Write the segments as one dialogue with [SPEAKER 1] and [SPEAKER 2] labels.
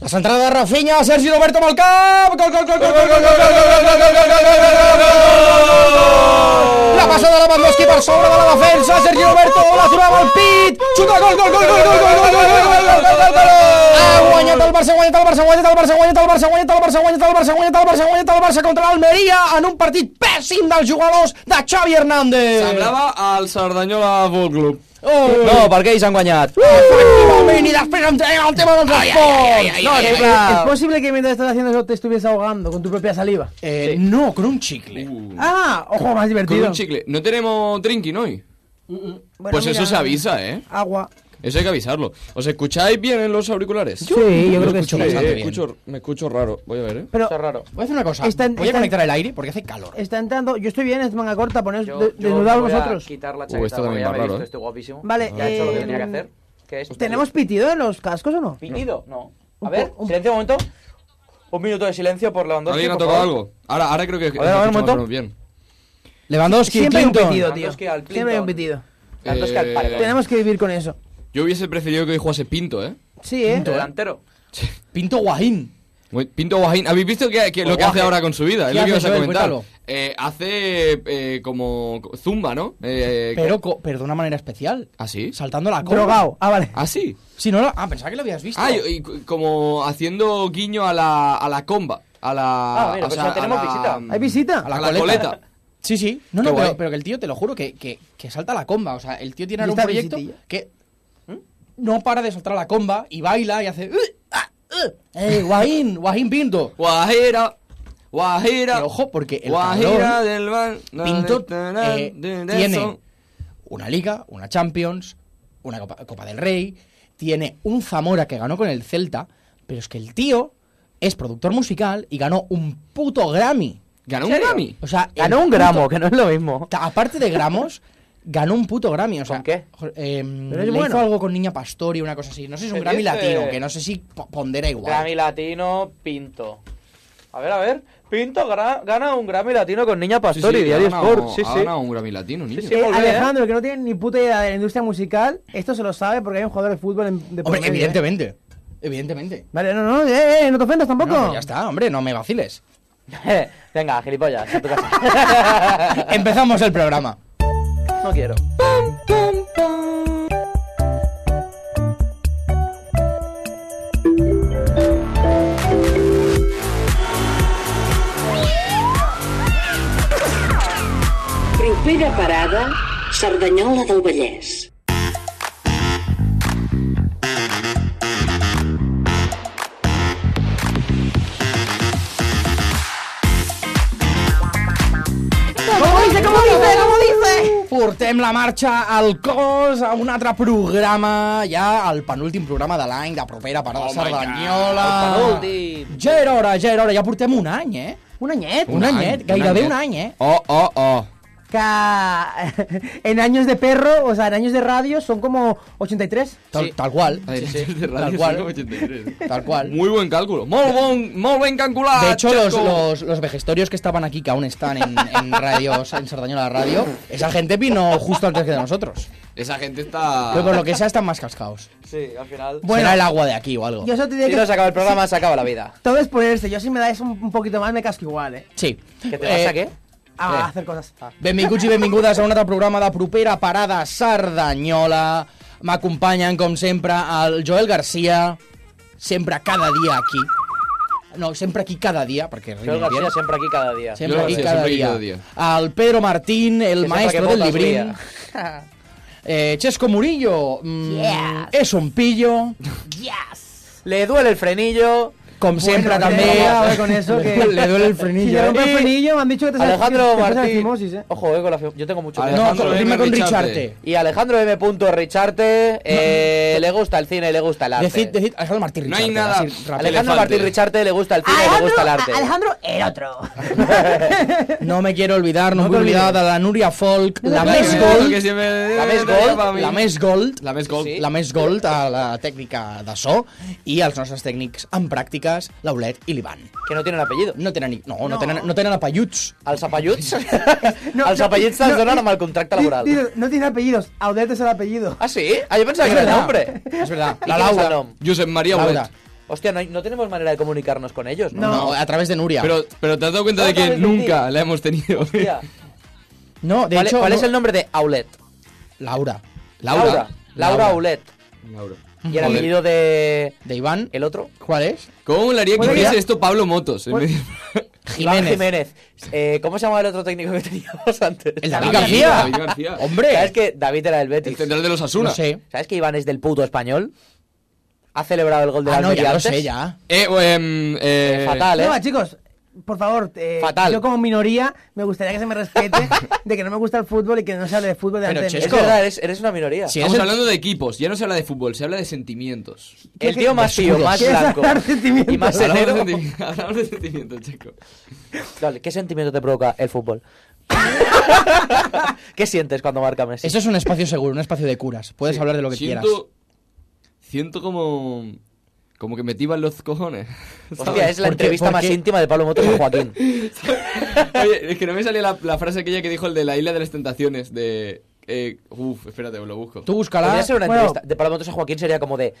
[SPEAKER 1] La centrada de Rafinha, Sergi Roberto amb el cap! Gol, gol, gol, gol, gol, gol, gol, gol, La passa de Lewandowski per sobre de la defensa, Sergi Roberto la trobava al pit! Xuta, gol, gol, gol, gol, gol, gol, gol, gol, gol, gol, gol, gol, gol, Ha guanyat el Barça, guanyat el Barça, guanyat el Barça, guanyat el Barça, guanyat el Barça, guanyat el Barça, guanyat el Barça, guanyat el Barça contra l'Almeria en un partit pèssim dels jugadors de Xavi Hernández.
[SPEAKER 2] Semblava el Cerdanyola Futbol Club.
[SPEAKER 1] Oh.
[SPEAKER 3] No, perquè ells han guanyat.
[SPEAKER 1] Efectivament, y després entrega el tema dels esports. No,
[SPEAKER 4] ¿Es,
[SPEAKER 1] clar.
[SPEAKER 4] es posible que mientras estás haciendo eso te estuvies ahogando con tu propia saliva?
[SPEAKER 1] Eh, no, con un chicle.
[SPEAKER 3] Uh.
[SPEAKER 4] Ah, ojo, más
[SPEAKER 2] Con
[SPEAKER 4] divertido.
[SPEAKER 2] un chicle. No tenemos drinking hoy.
[SPEAKER 4] Bueno,
[SPEAKER 2] Pues eso
[SPEAKER 4] mira,
[SPEAKER 2] se avisa, ¿eh?
[SPEAKER 4] Agua.
[SPEAKER 2] Eso hay que avisarlo. ¿Os escucháis bien en los auriculares?
[SPEAKER 4] sí, yo creo que
[SPEAKER 1] escucho
[SPEAKER 4] sí.
[SPEAKER 1] bastante.
[SPEAKER 2] Eh,
[SPEAKER 1] bien.
[SPEAKER 2] escucho- me escucho raro. Voy a ver, ¿eh?
[SPEAKER 4] Pero
[SPEAKER 1] Voy a hacer una cosa.
[SPEAKER 4] Está en-
[SPEAKER 1] Voy a
[SPEAKER 4] está en-
[SPEAKER 1] conectar el aire porque hace calor.
[SPEAKER 4] está entrando. Yo estoy bien, es manga corta, poneros
[SPEAKER 5] Yo,
[SPEAKER 4] de-
[SPEAKER 5] yo
[SPEAKER 4] desnudaos
[SPEAKER 5] voy
[SPEAKER 4] vosotros.
[SPEAKER 5] a quitar la
[SPEAKER 2] Uh,
[SPEAKER 5] chaqueta,
[SPEAKER 2] esto
[SPEAKER 5] porque
[SPEAKER 2] también
[SPEAKER 5] ya
[SPEAKER 2] va
[SPEAKER 5] me he
[SPEAKER 2] raro,
[SPEAKER 5] visto,
[SPEAKER 2] ¿eh?
[SPEAKER 5] estoy guapísimo.
[SPEAKER 4] Vale,
[SPEAKER 5] Ya he hecho lo que
[SPEAKER 4] eh,
[SPEAKER 5] tenía que hacer. Que es
[SPEAKER 4] ¿Tenemos pitido en los cascos o no?
[SPEAKER 5] pitido? No.
[SPEAKER 4] Un
[SPEAKER 5] A ver,
[SPEAKER 4] po- un-
[SPEAKER 5] silencio un momento. Un minuto de silencio por Lewandowski.
[SPEAKER 2] ¿Alguien ha
[SPEAKER 5] por
[SPEAKER 2] tocado
[SPEAKER 5] favor.
[SPEAKER 2] algo? Ahora, ahora creo que
[SPEAKER 5] A ver, a ver, un
[SPEAKER 2] escuchamos
[SPEAKER 5] momento.
[SPEAKER 2] bien.
[SPEAKER 1] Lewandowski,
[SPEAKER 4] Siempre hay un
[SPEAKER 1] Clinton.
[SPEAKER 4] pitido, tío.
[SPEAKER 5] Lewandowski al
[SPEAKER 4] Siempre hay un
[SPEAKER 5] Clinton.
[SPEAKER 4] pitido.
[SPEAKER 5] Lewandowski al
[SPEAKER 2] Eh,
[SPEAKER 5] palo.
[SPEAKER 4] Tenemos que vivir con eso.
[SPEAKER 2] Yo hubiese preferido que hoy jugase Pinto, ¿eh?
[SPEAKER 4] Sí, ¿eh?
[SPEAKER 5] Delantero.
[SPEAKER 1] Pinto Guajín.
[SPEAKER 2] Güey, Pinto Guajín. ¿Habéis visto que, que lo que hace ahora con su vida? Es
[SPEAKER 1] ¿Qué
[SPEAKER 2] lo
[SPEAKER 1] hace,
[SPEAKER 2] que ibas a
[SPEAKER 1] Joel?
[SPEAKER 2] comentar.
[SPEAKER 1] Cuéntalo.
[SPEAKER 2] Eh, hace eh, como zumba, ¿no? Eh,
[SPEAKER 1] Pero, co- pero de una manera especial.
[SPEAKER 2] ¿Ah, sí?
[SPEAKER 1] Saltando la cola.
[SPEAKER 4] Drogao. Ah, vale.
[SPEAKER 2] ¿Ah, sí?
[SPEAKER 1] Si no, la- ah, pensaba que lo habías visto.
[SPEAKER 2] Ah, y, y c- como haciendo guiño a la, a la comba. A la.
[SPEAKER 5] Ah, mira,
[SPEAKER 2] o
[SPEAKER 5] pues
[SPEAKER 2] sea,
[SPEAKER 5] ya
[SPEAKER 2] a
[SPEAKER 5] tenemos
[SPEAKER 2] la-
[SPEAKER 5] visita.
[SPEAKER 4] ¿Hay visita?
[SPEAKER 2] A la, coleta.
[SPEAKER 1] Sí, sí. No, no,
[SPEAKER 2] Qué
[SPEAKER 1] pero,
[SPEAKER 2] guay.
[SPEAKER 1] pero que el tío, te lo juro, que, que, que salta la comba. O sea, el tío tiene
[SPEAKER 4] ¿Y
[SPEAKER 1] ahora un
[SPEAKER 4] esta
[SPEAKER 1] proyecto
[SPEAKER 4] visitilla? ¿Mm?
[SPEAKER 1] que no para de saltar la comba y baila y hace... "Uh, ah, uh". Eh, Guajín, Guajín Pinto.
[SPEAKER 2] Guajira. Guajira.
[SPEAKER 1] Pero ojo, porque el
[SPEAKER 2] guajira
[SPEAKER 1] cabrón,
[SPEAKER 2] del ban.
[SPEAKER 1] Pinto
[SPEAKER 2] Na, na,
[SPEAKER 1] eh,
[SPEAKER 2] de- de
[SPEAKER 1] tiene
[SPEAKER 2] eso.
[SPEAKER 1] una Liga, una Champions, una Copa, Copa del Rey, tiene un Zamora que ganó con el Celta, pero es que el tío es productor musical y ganó un puto Grammy.
[SPEAKER 2] ¿Ganó un Grammy?
[SPEAKER 1] O sea, el
[SPEAKER 4] Ganó un
[SPEAKER 1] puto-
[SPEAKER 4] gramo, que no es lo mismo.
[SPEAKER 1] Ta- Aparte de gramos, ganó un puto Grammy. O sea,
[SPEAKER 5] ¿Con qué?
[SPEAKER 1] jo- em,
[SPEAKER 4] Pero es
[SPEAKER 1] le
[SPEAKER 4] bueno.
[SPEAKER 1] hizo algo con Niña Pastori, una cosa así. No sé si es un
[SPEAKER 5] ¿Qué
[SPEAKER 1] Grammy
[SPEAKER 5] dices?
[SPEAKER 1] latino, que no sé si po- pondera igual.
[SPEAKER 5] Grammy Latino, Pinto. A ver, a ver. Pinto gra- gana un Grammy Latino con Niña
[SPEAKER 2] Sí,
[SPEAKER 5] Pastori,
[SPEAKER 2] sí,
[SPEAKER 5] Diario
[SPEAKER 2] ha ganado-
[SPEAKER 5] Sport. Sí,
[SPEAKER 2] ha
[SPEAKER 5] sí.
[SPEAKER 2] ganado un Grammy latino, niño.
[SPEAKER 5] Sí, sí.
[SPEAKER 4] Eh,
[SPEAKER 5] volver, ¿eh?
[SPEAKER 4] Alejandro, que no tiene ni puta idea de la industria musical, esto se lo sabe porque hay un jugador de fútbol en, de por
[SPEAKER 1] Hombre,
[SPEAKER 4] medio, ¿eh?
[SPEAKER 1] evidentemente. Evidentemente.
[SPEAKER 4] Vale, no, no, eh, eh, no te ofendas tampoco.
[SPEAKER 1] No, pues ya está, hombre, no me vaciles.
[SPEAKER 5] Venga, gilipollas, a tu casa.
[SPEAKER 1] Empezamos el programa.
[SPEAKER 5] no quiero.
[SPEAKER 6] Propera parada, Cerdanyola del Vallès.
[SPEAKER 1] Portem la marxa al cos a un altre programa, ja el penúltim programa de l'any, de propera parada oh Cerdanyola.
[SPEAKER 5] penúltim.
[SPEAKER 1] Ja era hora, ja era hora, ja portem un any, eh?
[SPEAKER 4] Un añet.
[SPEAKER 1] Un, anyet, gairebé un any, eh?
[SPEAKER 2] Oh, oh, oh.
[SPEAKER 4] Que en años de perro, o sea, en años de radio, son como 83.
[SPEAKER 1] Tal, tal qual.
[SPEAKER 2] De
[SPEAKER 1] Tal
[SPEAKER 2] radio
[SPEAKER 1] cual.
[SPEAKER 2] 583.
[SPEAKER 1] Tal cual.
[SPEAKER 2] Muy buen cálculo. Muy buen, muy buen calculado.
[SPEAKER 1] De hecho, los,
[SPEAKER 2] Checo.
[SPEAKER 1] los, los vejestorios que estaban aquí, que aún están en, en radio, en Cerdanyola Radio, esa gente vino justo antes que de nosotros.
[SPEAKER 2] Esa gente está.
[SPEAKER 1] Pero por lo que sea, están más cascados.
[SPEAKER 5] Sí, al final.
[SPEAKER 1] Bueno, Será el agua de aquí o algo.
[SPEAKER 4] Yo solo te diré
[SPEAKER 5] Si
[SPEAKER 4] que
[SPEAKER 5] no se acaba el programa, se acaba la vida.
[SPEAKER 4] todo es ponerse. Yo si me dais un, un poquito más, me casco igual, eh.
[SPEAKER 1] Sí.
[SPEAKER 5] ¿Qué te pasa, qué?
[SPEAKER 4] A
[SPEAKER 1] Eh.
[SPEAKER 4] hacer cosas.
[SPEAKER 1] Benvinguts i benvingudes a un altre programa de propera parada Cerdanyola. M'acompanyen, com sempre, el Joel Garcia, sempre cada dia aquí. No, sempre aquí cada dia, perquè
[SPEAKER 5] Joel
[SPEAKER 1] rima
[SPEAKER 5] García
[SPEAKER 1] bien.
[SPEAKER 5] siempre aquí cada día.
[SPEAKER 1] Sempre
[SPEAKER 2] Joel
[SPEAKER 1] aquí
[SPEAKER 2] García,
[SPEAKER 1] cada
[SPEAKER 2] sempre aquí
[SPEAKER 1] dia.
[SPEAKER 2] cada dia.
[SPEAKER 1] El Pedro Martín, el
[SPEAKER 5] Que
[SPEAKER 1] maestro
[SPEAKER 5] sepa que
[SPEAKER 1] del
[SPEAKER 5] pocas
[SPEAKER 1] librín. Eh, Chesco Murillo, mm, és un pillo,
[SPEAKER 5] Le duele el frenillo.
[SPEAKER 1] com sempre
[SPEAKER 4] Bueno,
[SPEAKER 1] també.
[SPEAKER 4] venga, va, eh, con eso, que-
[SPEAKER 1] Le duele el
[SPEAKER 4] Si
[SPEAKER 1] frenillo.
[SPEAKER 4] yo rompo
[SPEAKER 1] eh.
[SPEAKER 4] el frenillo, me han dicho que te sale-
[SPEAKER 5] Alejandro
[SPEAKER 4] que te sale
[SPEAKER 5] Martín.
[SPEAKER 4] fimosis, eh.
[SPEAKER 5] Ojo, eh, con la fimo- Yo tengo mucho
[SPEAKER 1] No,
[SPEAKER 2] Alejandro eh.
[SPEAKER 1] con-
[SPEAKER 2] M.
[SPEAKER 1] dime con
[SPEAKER 2] Richarte.
[SPEAKER 1] Richarte.
[SPEAKER 5] Y Alejandro M. Richarte eh, le gusta el cine y le gusta el arte.
[SPEAKER 1] Decid, decid, Alejandro Martín
[SPEAKER 2] No hay
[SPEAKER 1] Richarte,
[SPEAKER 2] nada.
[SPEAKER 1] así, rápido.
[SPEAKER 5] Alejandro
[SPEAKER 2] Elefante.
[SPEAKER 5] Martín Richarte le gusta el cine y le gusta el arte.
[SPEAKER 4] el otro.
[SPEAKER 1] No me quiero olvidar, no, me
[SPEAKER 4] te
[SPEAKER 1] he olvidado
[SPEAKER 4] olvides.
[SPEAKER 1] de la Nuria Folk, la
[SPEAKER 4] te
[SPEAKER 1] més
[SPEAKER 4] olvides.
[SPEAKER 2] Lo que
[SPEAKER 1] gold,
[SPEAKER 2] siempre-
[SPEAKER 5] La Mes
[SPEAKER 2] para mí.
[SPEAKER 1] la més gold,
[SPEAKER 2] La Mes Gold.
[SPEAKER 5] Sí.
[SPEAKER 1] la més gold a la tècnica de so i els nostres tècnics en pràctiques, l'Aulet i l'Ivan.
[SPEAKER 5] Que no tienen apellido.
[SPEAKER 1] No tenen, ni- no, no, no. tenen, no tenen apelluts.
[SPEAKER 5] Al zapalluts.
[SPEAKER 4] No,
[SPEAKER 5] Al
[SPEAKER 4] no,
[SPEAKER 5] zapalluts
[SPEAKER 4] no,
[SPEAKER 5] les donen
[SPEAKER 4] no,
[SPEAKER 5] amb el contracte laboral.
[SPEAKER 4] Dices, No tiene apellidos. Audete es el apellido.
[SPEAKER 5] Ah, sí? Ah, yo pensaba que era el nombre.
[SPEAKER 1] És verdad.
[SPEAKER 5] ¿Y
[SPEAKER 1] La
[SPEAKER 5] quién es el
[SPEAKER 1] Laura.
[SPEAKER 5] nom?
[SPEAKER 2] Josep María
[SPEAKER 1] Laura.
[SPEAKER 2] Huet.
[SPEAKER 5] Hostia, no, hay- no tenemos manera de comunicarnos con ellos, ¿no?
[SPEAKER 4] No.
[SPEAKER 1] No, a través de Nuria.
[SPEAKER 2] Pero, pero te has dado cuenta de
[SPEAKER 5] Otra
[SPEAKER 2] que
[SPEAKER 5] vez de ti.
[SPEAKER 2] nunca la hemos tenido.
[SPEAKER 5] Hostia.
[SPEAKER 1] no, de
[SPEAKER 5] ¿Cuál, e-
[SPEAKER 1] hecho.
[SPEAKER 5] cuál es
[SPEAKER 1] no-
[SPEAKER 5] el nombre de Aulet?
[SPEAKER 1] Laura.
[SPEAKER 2] Laura.
[SPEAKER 5] Laura, Laura Aulet.
[SPEAKER 2] Laura.
[SPEAKER 5] Y el
[SPEAKER 2] Joder.
[SPEAKER 5] apellido de.
[SPEAKER 1] De Iván.
[SPEAKER 5] ¿El otro?
[SPEAKER 1] ¿Cuál es?
[SPEAKER 2] ¿Cómo molaría que
[SPEAKER 4] Bueno,
[SPEAKER 2] hiciese
[SPEAKER 1] ya.
[SPEAKER 2] esto Pablo Motos?
[SPEAKER 1] Pues,
[SPEAKER 2] en vez de-
[SPEAKER 5] Iván
[SPEAKER 1] Jiménez.
[SPEAKER 5] Jiménez. Eh, ¿Cómo se llamaba el otro técnico que teníamos antes?
[SPEAKER 1] El David
[SPEAKER 2] David
[SPEAKER 1] García.
[SPEAKER 2] García, David García.
[SPEAKER 1] Hombre.
[SPEAKER 5] ¿Sabes que David era del
[SPEAKER 2] El
[SPEAKER 5] Betis?
[SPEAKER 2] central de los Asuna.
[SPEAKER 1] No sé.
[SPEAKER 5] ¿Sabes que Iván es del puto español? ¿Ha celebrado el gol de la
[SPEAKER 1] Ah, no,
[SPEAKER 5] Almería
[SPEAKER 1] ya lo
[SPEAKER 5] antes?
[SPEAKER 1] sé, ya.
[SPEAKER 2] Eh, o, em, eh,
[SPEAKER 5] Fatal, ¿eh?
[SPEAKER 4] No, chicos, por favor, eh,
[SPEAKER 5] Fatal.
[SPEAKER 4] yo como minoría me gustaría que se me respete de que no me gusta el fútbol y que no se hable de fútbol delante
[SPEAKER 1] Pero,
[SPEAKER 4] de mí.
[SPEAKER 5] Es
[SPEAKER 1] Chesco.
[SPEAKER 5] verdad, eres, eres una minoría.
[SPEAKER 1] Sí,
[SPEAKER 2] Estamos
[SPEAKER 1] es el-
[SPEAKER 2] hablando de equipos, ya no se habla de fútbol, se habla de sentimientos.
[SPEAKER 5] El tío más
[SPEAKER 1] Oscuros.
[SPEAKER 5] frío, más
[SPEAKER 4] ¿Quieres
[SPEAKER 5] blanco
[SPEAKER 4] hablar de sentimientos?
[SPEAKER 5] y
[SPEAKER 1] Ah,
[SPEAKER 5] más
[SPEAKER 2] Hablamos de,
[SPEAKER 5] enero.
[SPEAKER 2] sentimi- hablamos de sentimientos, chico.
[SPEAKER 5] Dale, ¿qué sentimiento te provoca el fútbol? ¿Qué sientes cuando marca Messi?
[SPEAKER 1] Esto es un espacio seguro, un espacio de curas. Puedes hablar de lo que
[SPEAKER 2] siento,
[SPEAKER 1] quieras.
[SPEAKER 2] Siento como. Como que me tiban los cojones.
[SPEAKER 5] Hostia, es la
[SPEAKER 1] ¿Por qué-
[SPEAKER 5] entrevista
[SPEAKER 1] por
[SPEAKER 5] más
[SPEAKER 1] qué?
[SPEAKER 5] íntima de Pablo Motos con Joaquín.
[SPEAKER 2] Oye, es que no me salía la, la frase aquella que dijo el de la isla de las tentaciones. De. Eh, uf, espérate, lo busco.
[SPEAKER 1] Tú
[SPEAKER 5] Podría
[SPEAKER 1] búscala.
[SPEAKER 5] ser una
[SPEAKER 4] bueno.
[SPEAKER 5] entrevista de Pablo Motos a Joaquín sería como de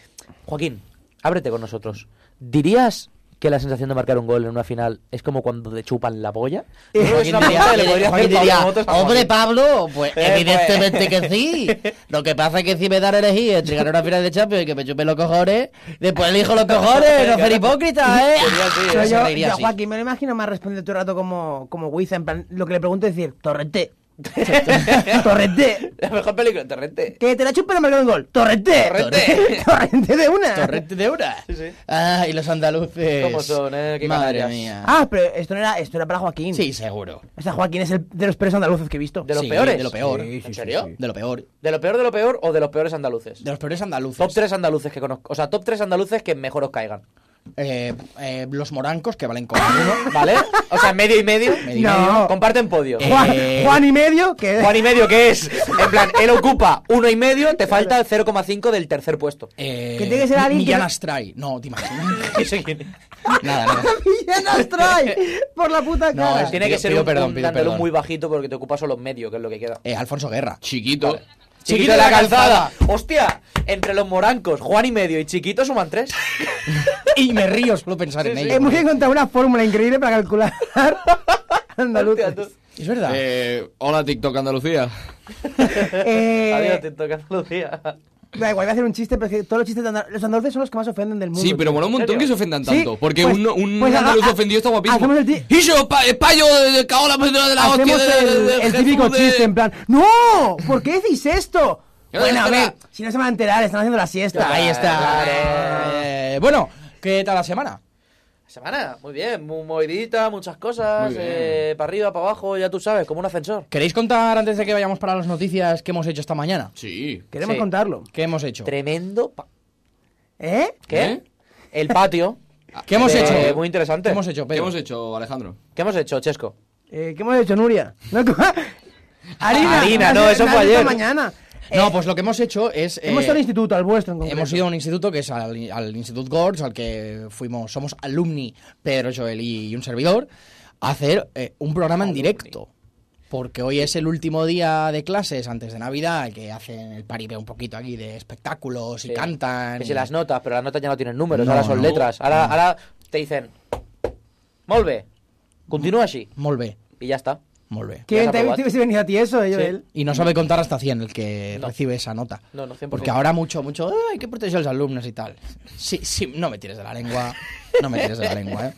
[SPEAKER 5] Joaquín, ábrete con nosotros. ¿Dirías que la sensación de marcar un gol en una final es como cuando te chupan la polla? Eso es una pregunta que
[SPEAKER 1] eh,
[SPEAKER 5] le podría hacer Pablo Motos a Joaquín.
[SPEAKER 1] Pablo, pues
[SPEAKER 5] Eh, evidentemente
[SPEAKER 1] que sí. Lo que pasa es que si me dan elegir entre ganar una final de Champions y que me chupen los cojones, después elijo los cojones,
[SPEAKER 5] no ser
[SPEAKER 1] hipócrita, ¿eh?
[SPEAKER 4] Pero yo, yo a Joaquín me lo imagino más respondiendo todo el rato como, como Wiza, en plan, lo que le pregunto es decir, torrente. torrente.
[SPEAKER 5] La mejor película, Torrente.
[SPEAKER 4] Que te la chupen no me un gol. Torrente.
[SPEAKER 5] Torrente.
[SPEAKER 4] Torrente de una.
[SPEAKER 1] Torrente de una.
[SPEAKER 5] Sí, sí.
[SPEAKER 1] Ah, y los andaluces.
[SPEAKER 5] ¿Cómo son, eh? Qué
[SPEAKER 1] Madre
[SPEAKER 5] canallas.
[SPEAKER 1] mía.
[SPEAKER 4] Ah, pero esto no era, esto era para Joaquín.
[SPEAKER 1] Sí, seguro.
[SPEAKER 4] O sea, Joaquín es el de los peores andaluces que he visto.
[SPEAKER 5] De los
[SPEAKER 1] Sí,
[SPEAKER 5] peores.
[SPEAKER 1] De lo peor.
[SPEAKER 5] Sí, sí, ¿En serio?
[SPEAKER 1] De lo peor.
[SPEAKER 5] ¿De lo peor de lo peor o de los peores andaluces?
[SPEAKER 1] De los peores andaluces.
[SPEAKER 5] Top 3 andaluces que conozco. O sea, top 3 andaluces que mejor os caigan.
[SPEAKER 1] Eh, eh, los morancos que valen como uno.
[SPEAKER 5] ¿Vale? O sea, medio y medio.
[SPEAKER 1] Medio y
[SPEAKER 4] No. medio.
[SPEAKER 5] Comparten podio.
[SPEAKER 1] Eh.
[SPEAKER 4] Juan, Juan y medio, que
[SPEAKER 5] Juan y medio, ¿qué es? En plan, él ocupa uno y medio, te falta el 0,5 del tercer puesto.
[SPEAKER 1] Eh,
[SPEAKER 4] Que tiene que ser alguien que
[SPEAKER 1] Millán
[SPEAKER 4] no-
[SPEAKER 1] Astray. No, te imaginas.
[SPEAKER 5] Ese quién es.
[SPEAKER 1] Nada, nada.
[SPEAKER 4] Millán Astray por la puta
[SPEAKER 1] No,
[SPEAKER 4] cara. Eh,
[SPEAKER 1] es-
[SPEAKER 5] Tiene que
[SPEAKER 1] Pido-
[SPEAKER 5] ser
[SPEAKER 1] pido
[SPEAKER 5] un,
[SPEAKER 1] perdón,
[SPEAKER 5] un
[SPEAKER 1] pido
[SPEAKER 5] andaluz
[SPEAKER 1] perdón.
[SPEAKER 5] muy bajito porque te ocupa solo medio, que es lo que queda.
[SPEAKER 1] Eh, Alfonso Guerra.
[SPEAKER 2] Chiquito.
[SPEAKER 5] Vale. Chiquito de la calzada. Hostia, entre los morancos, Juan y medio y chiquito suman tres.
[SPEAKER 1] Y me río solo pensar en ello.
[SPEAKER 4] Hemos encontrado una fórmula increíble para calcular
[SPEAKER 5] Hostia, tú.
[SPEAKER 4] andaluces.
[SPEAKER 1] Es verdad.
[SPEAKER 2] Eh, hola, TikTok Andalucía.
[SPEAKER 4] Eh,
[SPEAKER 5] Adiós, te toca Andalucía.
[SPEAKER 4] Da igual, voy a hacer un chiste, pero es que todos los chistes de andal- los andaluces son los que más ofenden del mundo.
[SPEAKER 2] Sí, pero
[SPEAKER 4] tío.
[SPEAKER 2] mola un montón
[SPEAKER 5] serio?
[SPEAKER 2] que se ofendan
[SPEAKER 4] Sí,
[SPEAKER 2] tanto. Porque
[SPEAKER 4] pues-
[SPEAKER 2] un, un
[SPEAKER 4] pues ha-
[SPEAKER 2] andaluz
[SPEAKER 4] ha-
[SPEAKER 2] ofendido está guapísimo.
[SPEAKER 4] hacemos el ti-
[SPEAKER 2] Y yo, pa, eh, payo, eh, cago en la pedra de la hostia.
[SPEAKER 4] Hacemos
[SPEAKER 2] de- de-
[SPEAKER 4] el,
[SPEAKER 2] de-
[SPEAKER 4] el
[SPEAKER 2] Jesús
[SPEAKER 4] típico
[SPEAKER 2] de-
[SPEAKER 4] chiste en plan ¡No! ¿Por qué decís esto?
[SPEAKER 2] Ya
[SPEAKER 4] Bueno, a
[SPEAKER 2] está.
[SPEAKER 4] ver, si no se van a enterar, están haciendo la siesta.
[SPEAKER 1] Ahí está. Eh, bueno, ¿qué tal la semana?
[SPEAKER 5] Semana, muy bien, muy movidita, muchas cosas,
[SPEAKER 2] Muy bien.
[SPEAKER 5] eh, para arriba, para abajo, ya tú sabes, como un ascensor.
[SPEAKER 1] ¿Queréis contar antes de que vayamos para las noticias qué hemos hecho esta mañana?
[SPEAKER 2] Sí.
[SPEAKER 4] Queremos
[SPEAKER 5] Sí.
[SPEAKER 4] contarlo.
[SPEAKER 1] ¿Qué hemos hecho?
[SPEAKER 5] Tremendo. pa-
[SPEAKER 4] ¿Eh?
[SPEAKER 5] ¿Qué?
[SPEAKER 2] ¿Eh?
[SPEAKER 5] El patio.
[SPEAKER 1] ¿Qué hemos
[SPEAKER 5] Eh,
[SPEAKER 1] hecho?
[SPEAKER 5] Muy interesante.
[SPEAKER 1] ¿Qué hemos hecho,
[SPEAKER 2] ¿Qué
[SPEAKER 1] Pedro?
[SPEAKER 2] hemos hecho, Alejandro?
[SPEAKER 5] ¿Qué hemos hecho, Chesco?
[SPEAKER 4] Eh, ¿Qué hemos hecho, Nuria? ¿No? harina.
[SPEAKER 5] Harina, no,
[SPEAKER 4] Me has-
[SPEAKER 5] eso
[SPEAKER 4] me
[SPEAKER 5] fue
[SPEAKER 4] has dicho
[SPEAKER 5] ayer.
[SPEAKER 4] mañana.
[SPEAKER 1] No, pues lo que hemos hecho es... eh,
[SPEAKER 4] hemos ido al instituto, al vuestro en concreto.
[SPEAKER 1] Hemos ido a un instituto que es al, al Institut Gorts, al que fuimos, somos alumni Pedro, Joel y, y un servidor, a hacer eh, un programa en directo. Porque hoy es el último día de clases antes de Navidad, que hacen el paripé un poquito aquí de espectáculos y
[SPEAKER 5] Sí.
[SPEAKER 1] cantan.
[SPEAKER 5] Que
[SPEAKER 1] y-
[SPEAKER 5] si las notas, pero las notas ya no tienen números,
[SPEAKER 1] No,
[SPEAKER 5] ahora son
[SPEAKER 1] no.
[SPEAKER 5] letras. Ahora, ahora te dicen, molve, continúa así.
[SPEAKER 1] Molt bé,
[SPEAKER 5] Y ya está.
[SPEAKER 1] molt bé.
[SPEAKER 4] ¿Quién
[SPEAKER 5] Ya se
[SPEAKER 4] te
[SPEAKER 5] ha
[SPEAKER 4] ha
[SPEAKER 5] probado.
[SPEAKER 4] visto venir a ti eso, yo,
[SPEAKER 5] Sí.
[SPEAKER 4] él?
[SPEAKER 1] Y no sabe contar hasta 100 el que
[SPEAKER 5] No.
[SPEAKER 1] recibe esa nota.
[SPEAKER 5] No, no, 100%.
[SPEAKER 1] Porque ahora mucho, mucho, "Ah, hay que proteger a los alumnos y tal. Sí, sí, no me tires de la lengua. No me tires de la lengua, ¿eh?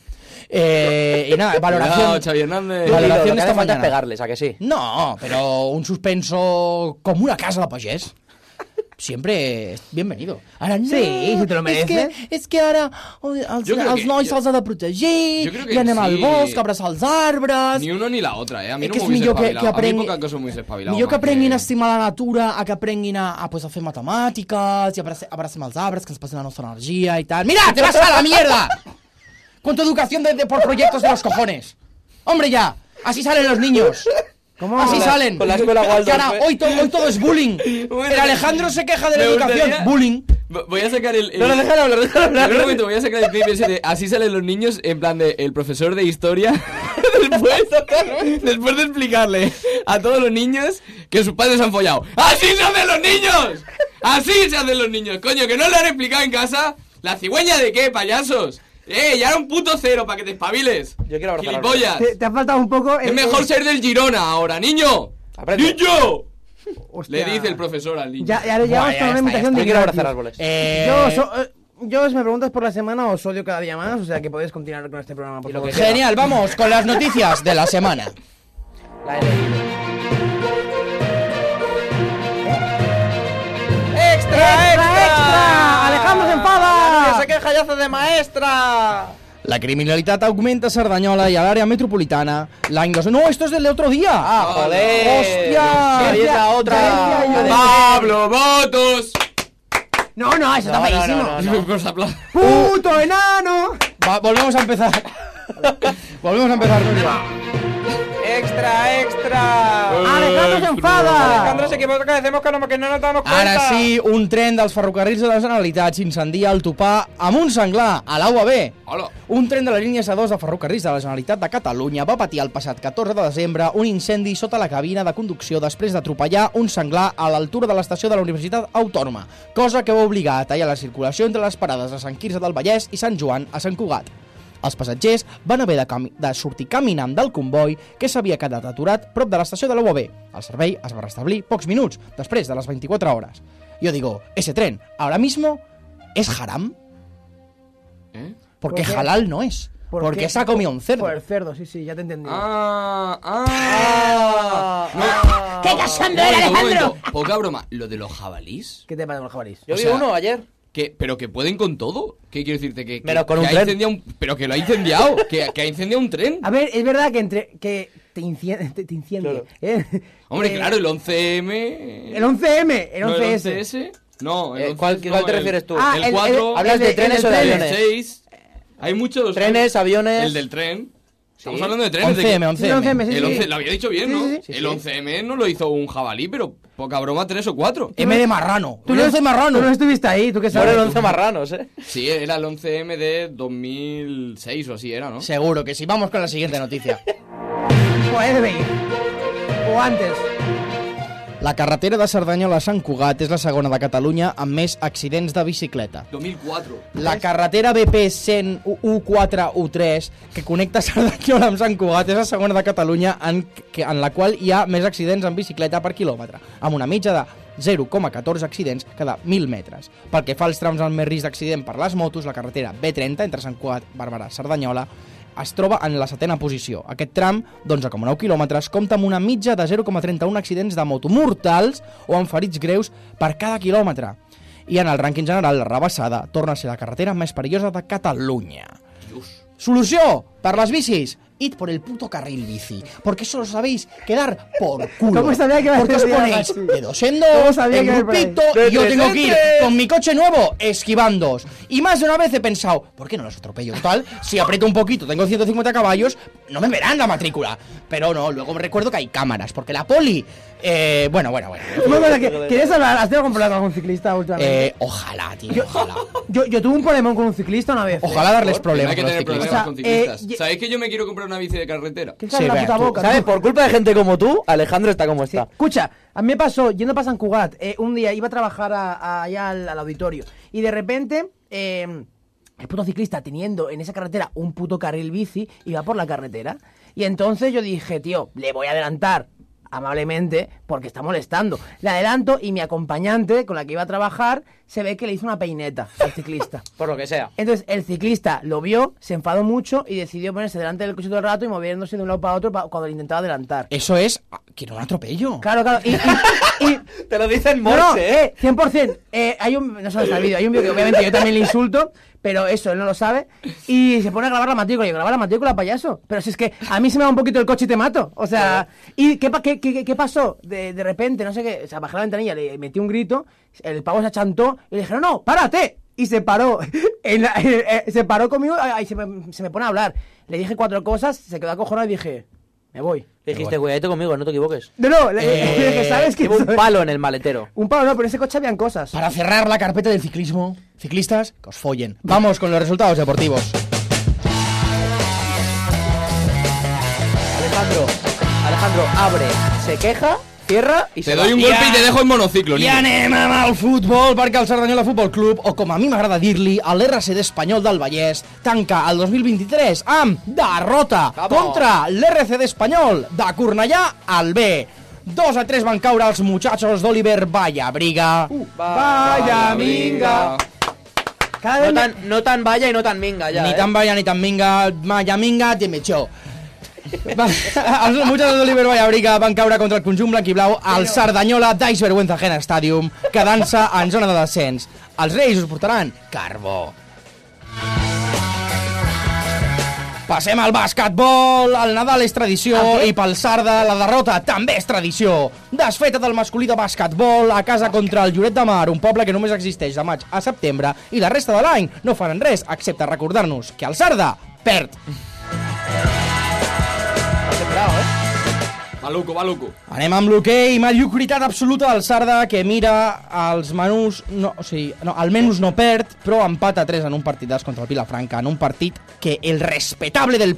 [SPEAKER 1] Eh, y nada,
[SPEAKER 2] Cuidado,
[SPEAKER 1] valoración.
[SPEAKER 2] Xavi
[SPEAKER 1] Vale.
[SPEAKER 2] Hernández.
[SPEAKER 5] Y lo- lo que
[SPEAKER 1] Eh, valoración
[SPEAKER 5] hace
[SPEAKER 1] esta
[SPEAKER 5] falta es
[SPEAKER 1] mañana.
[SPEAKER 5] pegarles, ¿a que sí?
[SPEAKER 1] No, pero un suspenso como una casa de pagés. Siempre es bienvenido. Ara, no,
[SPEAKER 4] Sí, si te lo mereces.
[SPEAKER 1] És que, és que ara oi, els,
[SPEAKER 2] Jo crec
[SPEAKER 1] els
[SPEAKER 2] que-
[SPEAKER 1] nois
[SPEAKER 2] jo-
[SPEAKER 1] se'ls ha de protegir,
[SPEAKER 2] jo crec que
[SPEAKER 1] i anem al
[SPEAKER 2] sí.
[SPEAKER 1] bosc, a abraçar els arbres...
[SPEAKER 2] Ni uno ni la otra, ¿eh? A mí
[SPEAKER 1] Eh,
[SPEAKER 2] no
[SPEAKER 1] que
[SPEAKER 2] me
[SPEAKER 1] es
[SPEAKER 2] hubiese
[SPEAKER 1] millor que- que
[SPEAKER 2] espabilado. A
[SPEAKER 1] aprengui-
[SPEAKER 2] mí poca cosa me hubiese espabilado.
[SPEAKER 1] Millor que
[SPEAKER 2] más
[SPEAKER 1] aprenguin a estimar la natura, a que aprenguin a, a, pues, a fer matemàtiques, i abrace- abracem els arbres, que ens passen la nostra energia i tal. Mira, te vas a la mierda! Con tu educación de, de- por proyectos de los cojones. Hombre, ya, así salen los niños.
[SPEAKER 4] ¿Cómo?
[SPEAKER 1] Así
[SPEAKER 5] la-
[SPEAKER 1] salen.
[SPEAKER 5] con la escuela Waldorf,
[SPEAKER 1] Que ahora,
[SPEAKER 5] eh.
[SPEAKER 1] hoy, to- hoy todo es bullying.
[SPEAKER 2] Bueno,
[SPEAKER 1] El Alejandro se queja de la
[SPEAKER 2] Me
[SPEAKER 1] educación.
[SPEAKER 2] gustaría-
[SPEAKER 1] Bullying.
[SPEAKER 2] Vo- Voy a sacar el. el-
[SPEAKER 5] No, no, déjalo hablar, déjalo hablar.
[SPEAKER 2] Un momento, voy a sacar el clip ese de Así salen los niños en plan de el profesor de historia. después, después de explicarle a todos los niños que sus padres han follado. ¡Así se hacen los niños! ¡Así se hacen los niños! Coño, que no lo han explicado en casa.
[SPEAKER 7] ¿La cigüeña de qué, payasos? ¡Eh, ya era un puto cero para que te espabiles!
[SPEAKER 5] Yo quiero abrazar a Alberto.
[SPEAKER 7] ¡Gilipollas!
[SPEAKER 4] Te, te ha faltado un poco.
[SPEAKER 7] Es mejor ser del Girona ahora, niño.
[SPEAKER 5] Aprende.
[SPEAKER 7] ¡Niño!
[SPEAKER 4] Hostia.
[SPEAKER 7] Le dice el profesor al niño.
[SPEAKER 4] Ya, ya le llevamos
[SPEAKER 5] Buah, ya
[SPEAKER 4] con una
[SPEAKER 5] está,
[SPEAKER 4] imitación
[SPEAKER 5] ya está.
[SPEAKER 4] de
[SPEAKER 5] Yo quiero
[SPEAKER 4] Iñaki.
[SPEAKER 5] abrazar árboles.
[SPEAKER 1] Eh,
[SPEAKER 4] Yo, so- eh, yo, si me preguntas por la semana, os odio cada día más, o sea que podéis continuar con este programa, por favor.
[SPEAKER 1] Genial, vamos con las noticias de la semana.
[SPEAKER 5] La L.
[SPEAKER 1] ¡Extra,
[SPEAKER 5] Ah.
[SPEAKER 4] ¡Extra! ¡Alejandro se enfada!
[SPEAKER 1] queja ya de maestra! La criminalitat augmenta a Cerdanyola i a l'àrea metropolitana. L'any... dos- No, esto es del otro día. Ah,
[SPEAKER 5] joder.
[SPEAKER 1] Hostia.
[SPEAKER 5] Sí, es la otra.
[SPEAKER 1] Valencia y-
[SPEAKER 7] ¡Pablo Botos!
[SPEAKER 4] No, no, eso está
[SPEAKER 5] No, no,
[SPEAKER 4] feísimo.
[SPEAKER 5] no, Uh. no, no.
[SPEAKER 7] Pues apla-
[SPEAKER 4] ¡Puto enano!
[SPEAKER 1] Va, volvemos a empezar. volvemos a empezar, Nuria.
[SPEAKER 3] Extra, extra.
[SPEAKER 7] Ah,
[SPEAKER 4] ¡Alejandro
[SPEAKER 5] Uh,
[SPEAKER 4] se enfada!
[SPEAKER 3] Alejandro se equivoca, decimos que no, que no nos damos cuenta.
[SPEAKER 1] Ara sí, un tren dels ferrocarrils de la Generalitat s'incendia al topar amb un senglar a la UAB.
[SPEAKER 7] Hola.
[SPEAKER 1] Un tren de la línia S2 de ferrocarrils de la Generalitat de Catalunya va patir el passat 14 de desembre un incendi sota la cabina de conducció després d'atropellar un senglar a l'altura de l'estació de la Universitat Autònoma, cosa que va obligar a tallar la circulació entre les parades de Sant Quirze del Vallès i Sant Joan a Sant Cugat. Els passatgers van haver de, cami de sortir caminant del comboi que s'havia quedat aturat prop de l'estació de la UAB. El servei es va restablir pocs minuts, després de les 24 hores. Jo digo, ese tren, ahora mismo, es haram? Porque
[SPEAKER 4] ¿Por qué?
[SPEAKER 1] halal no es. porque
[SPEAKER 4] qué?
[SPEAKER 1] se ha comido un cerdo.
[SPEAKER 4] Por el cerdo, sí, sí, ya te entendí.
[SPEAKER 7] Ah, ah, no.
[SPEAKER 4] ¿Qué casando
[SPEAKER 7] Un
[SPEAKER 4] era,
[SPEAKER 7] momento, un
[SPEAKER 4] Alejandro?
[SPEAKER 7] momento. Poca broma, lo de los jabalís.
[SPEAKER 4] ¿Qué te pasa con los jabalís?
[SPEAKER 5] Yo
[SPEAKER 7] O
[SPEAKER 5] vi
[SPEAKER 7] sea-
[SPEAKER 5] uno ayer.
[SPEAKER 7] ¿Qué? ¿Pero que pueden con todo? ¿Qué quiero decirte? Que, que-
[SPEAKER 5] Menos con
[SPEAKER 7] que
[SPEAKER 5] un
[SPEAKER 7] ha
[SPEAKER 5] tren.
[SPEAKER 7] incendiado un- pero que lo ha incendiado. que, que ha incendiado un tren.
[SPEAKER 4] A ver, es verdad que entre que te inciende, te, te inciende, ¿eh?
[SPEAKER 7] Hombre,
[SPEAKER 4] Eh,
[SPEAKER 7] claro, el 11M.
[SPEAKER 4] El 11M, el
[SPEAKER 7] no,
[SPEAKER 4] 11S.
[SPEAKER 7] el 11S. No, el
[SPEAKER 5] Eh,
[SPEAKER 7] 11S
[SPEAKER 5] ¿cuál-
[SPEAKER 7] no,
[SPEAKER 5] cuál te
[SPEAKER 7] el-
[SPEAKER 5] refieres tú?
[SPEAKER 4] Ah,
[SPEAKER 7] el
[SPEAKER 4] el-
[SPEAKER 7] 4.
[SPEAKER 4] el-
[SPEAKER 5] Hablas de
[SPEAKER 4] el-
[SPEAKER 5] trenes
[SPEAKER 4] el
[SPEAKER 5] o de
[SPEAKER 4] tren.
[SPEAKER 7] el
[SPEAKER 5] aviones.
[SPEAKER 7] 6. Hay muchos.
[SPEAKER 5] Trenes, aviones.
[SPEAKER 7] El del tren. Estamos hablando de trenes. de que-
[SPEAKER 1] 11M,
[SPEAKER 4] Sí, el 11M,
[SPEAKER 1] 11M.
[SPEAKER 4] sí,
[SPEAKER 7] El
[SPEAKER 4] sí.
[SPEAKER 7] 11, lo había dicho bien, ¿no?
[SPEAKER 4] Pues Sí, sí,
[SPEAKER 7] el 11M no lo hizo un jabalí, pero poca broma, tres o cuatro.
[SPEAKER 4] Eh.
[SPEAKER 1] M de marrano.
[SPEAKER 4] Tú
[SPEAKER 1] Un
[SPEAKER 4] no,
[SPEAKER 1] 11 marrano.
[SPEAKER 4] tú no estuviste ahí, tú que sabes.
[SPEAKER 5] Fueron 11 marranos, eh.
[SPEAKER 7] Sí, era el 11M de 2006 o así era, ¿no?
[SPEAKER 1] Seguro que sí. Vamos con la siguiente noticia.
[SPEAKER 4] Pues de O antes.
[SPEAKER 1] la carretera de Cerdanyola a Sant Cugat és la segona de Catalunya amb més accidents de bicicleta.
[SPEAKER 7] 2004.
[SPEAKER 1] La carretera BP 100 U4U3 que connecta Cerdanyola amb Sant Cugat és la segona de Catalunya en, que, en la qual hi ha més accidents en bicicleta per quilòmetre, amb una mitja de 0,14 accidents cada 1.000 metres. Pel que fa als trams amb més risc d'accident per les motos, la carretera B30 entre Sant Cugat, Barberà, Cerdanyola es troba en la setena posició. Aquest tram, d'11,9 quilòmetres, compta amb una mitja de 0,31 accidents de moto mortals o amb ferits greus per cada quilòmetre. I en el rànquing general, la rebassada torna a ser la carretera més perillosa de Catalunya. Solució per les bicis. Id por el puto carril bici, porque solo sabéis quedar por culo.
[SPEAKER 4] ¿Cómo sabía que iba a
[SPEAKER 1] Porque os
[SPEAKER 4] decir algo
[SPEAKER 1] ponéis
[SPEAKER 4] así?
[SPEAKER 1] de dos en dos,
[SPEAKER 4] ¿Cómo sabía
[SPEAKER 1] en
[SPEAKER 4] que iba a ir por ahí?
[SPEAKER 1] grupito, y yo tengo que ir con mi coche nuevo esquivándoos. Y más de una vez he pensado, ¿por qué no los atropello? Tal, si aprieto un poquito, tengo 150 caballos, no me verán la matrícula. Pero no, luego me recuerdo que hay cámaras, porque la poli... Eh, bueno, bueno, bueno.
[SPEAKER 4] Una cosa que- ¿Quieres hablar? ¿Has tenido algún problema con un ciclista últimamente?
[SPEAKER 1] Eh, ojalá, tío, ojalá.
[SPEAKER 4] Yo, yo tuve un problema con un ciclista una vez.
[SPEAKER 1] Ojalá darles problemas
[SPEAKER 7] Hay que
[SPEAKER 1] a los
[SPEAKER 7] tener problemas
[SPEAKER 1] ciclistas.
[SPEAKER 4] O sea,
[SPEAKER 7] con ciclistas.
[SPEAKER 4] eh, ye-
[SPEAKER 7] ¿Sabéis que yo me quiero comprar una bici de carretera?
[SPEAKER 4] ¿Qué
[SPEAKER 1] Sí,
[SPEAKER 4] la
[SPEAKER 1] vea,
[SPEAKER 4] puta
[SPEAKER 1] tú,
[SPEAKER 4] boca?
[SPEAKER 5] ¿Sabes?
[SPEAKER 4] tú?
[SPEAKER 5] Por culpa de gente como tú, Alejandro está como
[SPEAKER 4] Sí.
[SPEAKER 5] está.
[SPEAKER 4] Este, Escucha, a mí me pasó, yendo para San Cugat, eh, un día iba a trabajar a- a- allá al, al auditorio y de repente eh, el puto ciclista teniendo en esa carretera un puto carril bici iba por la carretera y entonces yo dije, tío, le voy a adelantar amablemente porque está molestando. Le adelanto y mi acompañante con la que iba a trabajar se ve que le hizo una peineta al ciclista.
[SPEAKER 5] Por lo que sea.
[SPEAKER 4] Entonces el ciclista lo vio, se enfadó mucho y decidió ponerse delante del coche todo el rato y moviéndose de un lado para otro pa- cuando le intentaba adelantar.
[SPEAKER 1] Eso es ah, que no un atropello.
[SPEAKER 4] Claro, claro. Y, y- y-
[SPEAKER 5] Te lo dicen
[SPEAKER 4] no,
[SPEAKER 5] Morse,
[SPEAKER 4] no,
[SPEAKER 5] eh.
[SPEAKER 4] 100%. Eh, hay un, no sé dónde está el vídeo. Hay un vídeo que obviamente yo también le insulto, pero eso, él no lo sabe. Y se pone a grabar la matrícula. Y yo, grabar la matrícula, payaso. Pero si es que a mí se me va un poquito el coche y te mato. O sea, ¿y qué, pa- qué, qué- qué- qué pasó? De, de repente, no sé qué. O sea, bajé la ventanilla, le metí un grito. El pavo se achantó y le dijeron, no, párate. Y se paró. en la- eh, eh, se paró conmigo ah, y se me, se me pone a hablar. Le dije cuatro cosas, se quedó acojonado y dije, me voy.
[SPEAKER 5] Dijiste, cuidadito conmigo, no te equivoques.
[SPEAKER 4] No, no, le-
[SPEAKER 1] Eh,
[SPEAKER 4] le dije, ¿sabes qué?
[SPEAKER 5] Llevo un palo en el maletero.
[SPEAKER 4] Un palo, no, pero en ese coche habían cosas.
[SPEAKER 1] Para cerrar la carpeta del ciclismo, ciclistas, que os follen. Vamos con los resultados deportivos.
[SPEAKER 5] Alejandro, Alejandro abre, se queja Cierra y
[SPEAKER 7] Te
[SPEAKER 5] se va.
[SPEAKER 7] doy un golpe y te dejo en monociclo,
[SPEAKER 1] I
[SPEAKER 7] niño.
[SPEAKER 1] anem amb el futbol, perquè el Cerdanyola Futbol Club, o com a mi m'agrada dir-li, el RCD Espanyol del Vallès, tanca el 2023 amb derrota contra l'RCD Espanyol de Cornellà al B. 2 a 3 van caure els muchachos d'Oliver Vallabriga. Uh,
[SPEAKER 3] Vaya minga.
[SPEAKER 4] Cada vez
[SPEAKER 5] No
[SPEAKER 4] me-
[SPEAKER 5] tan, no tan vaya y no tan minga ya.
[SPEAKER 1] ni
[SPEAKER 5] ¿eh?
[SPEAKER 1] tan vaya ni tan minga, malla minga, te mechó. Va, els muchachos d'Oliver Vallabriga van caure contra el conjunt blanquiblau al Cerdanyola d'Aix Vergüenza Ajena Stadium, quedant-se en zona de descens. Els Reis us portaran carbó. Passem al bàsquetbol, el Nadal és tradició i pel Sarda la derrota també és tradició. Desfeta del masculí de bàsquetbol a casa contra el Lloret de Mar, un poble que només existeix de maig a setembre i la resta de l'any no faran res, excepte recordar-nos que el Sarda perd.
[SPEAKER 7] Maluco, maluco.
[SPEAKER 1] Anem amb l'hoquei, mediocritat absoluta del Sarda que mira els menús, no, o sigui, no, el menús no perd, però empata 3 en un partidàs contra el Vilafranca, en un partit que el respetable del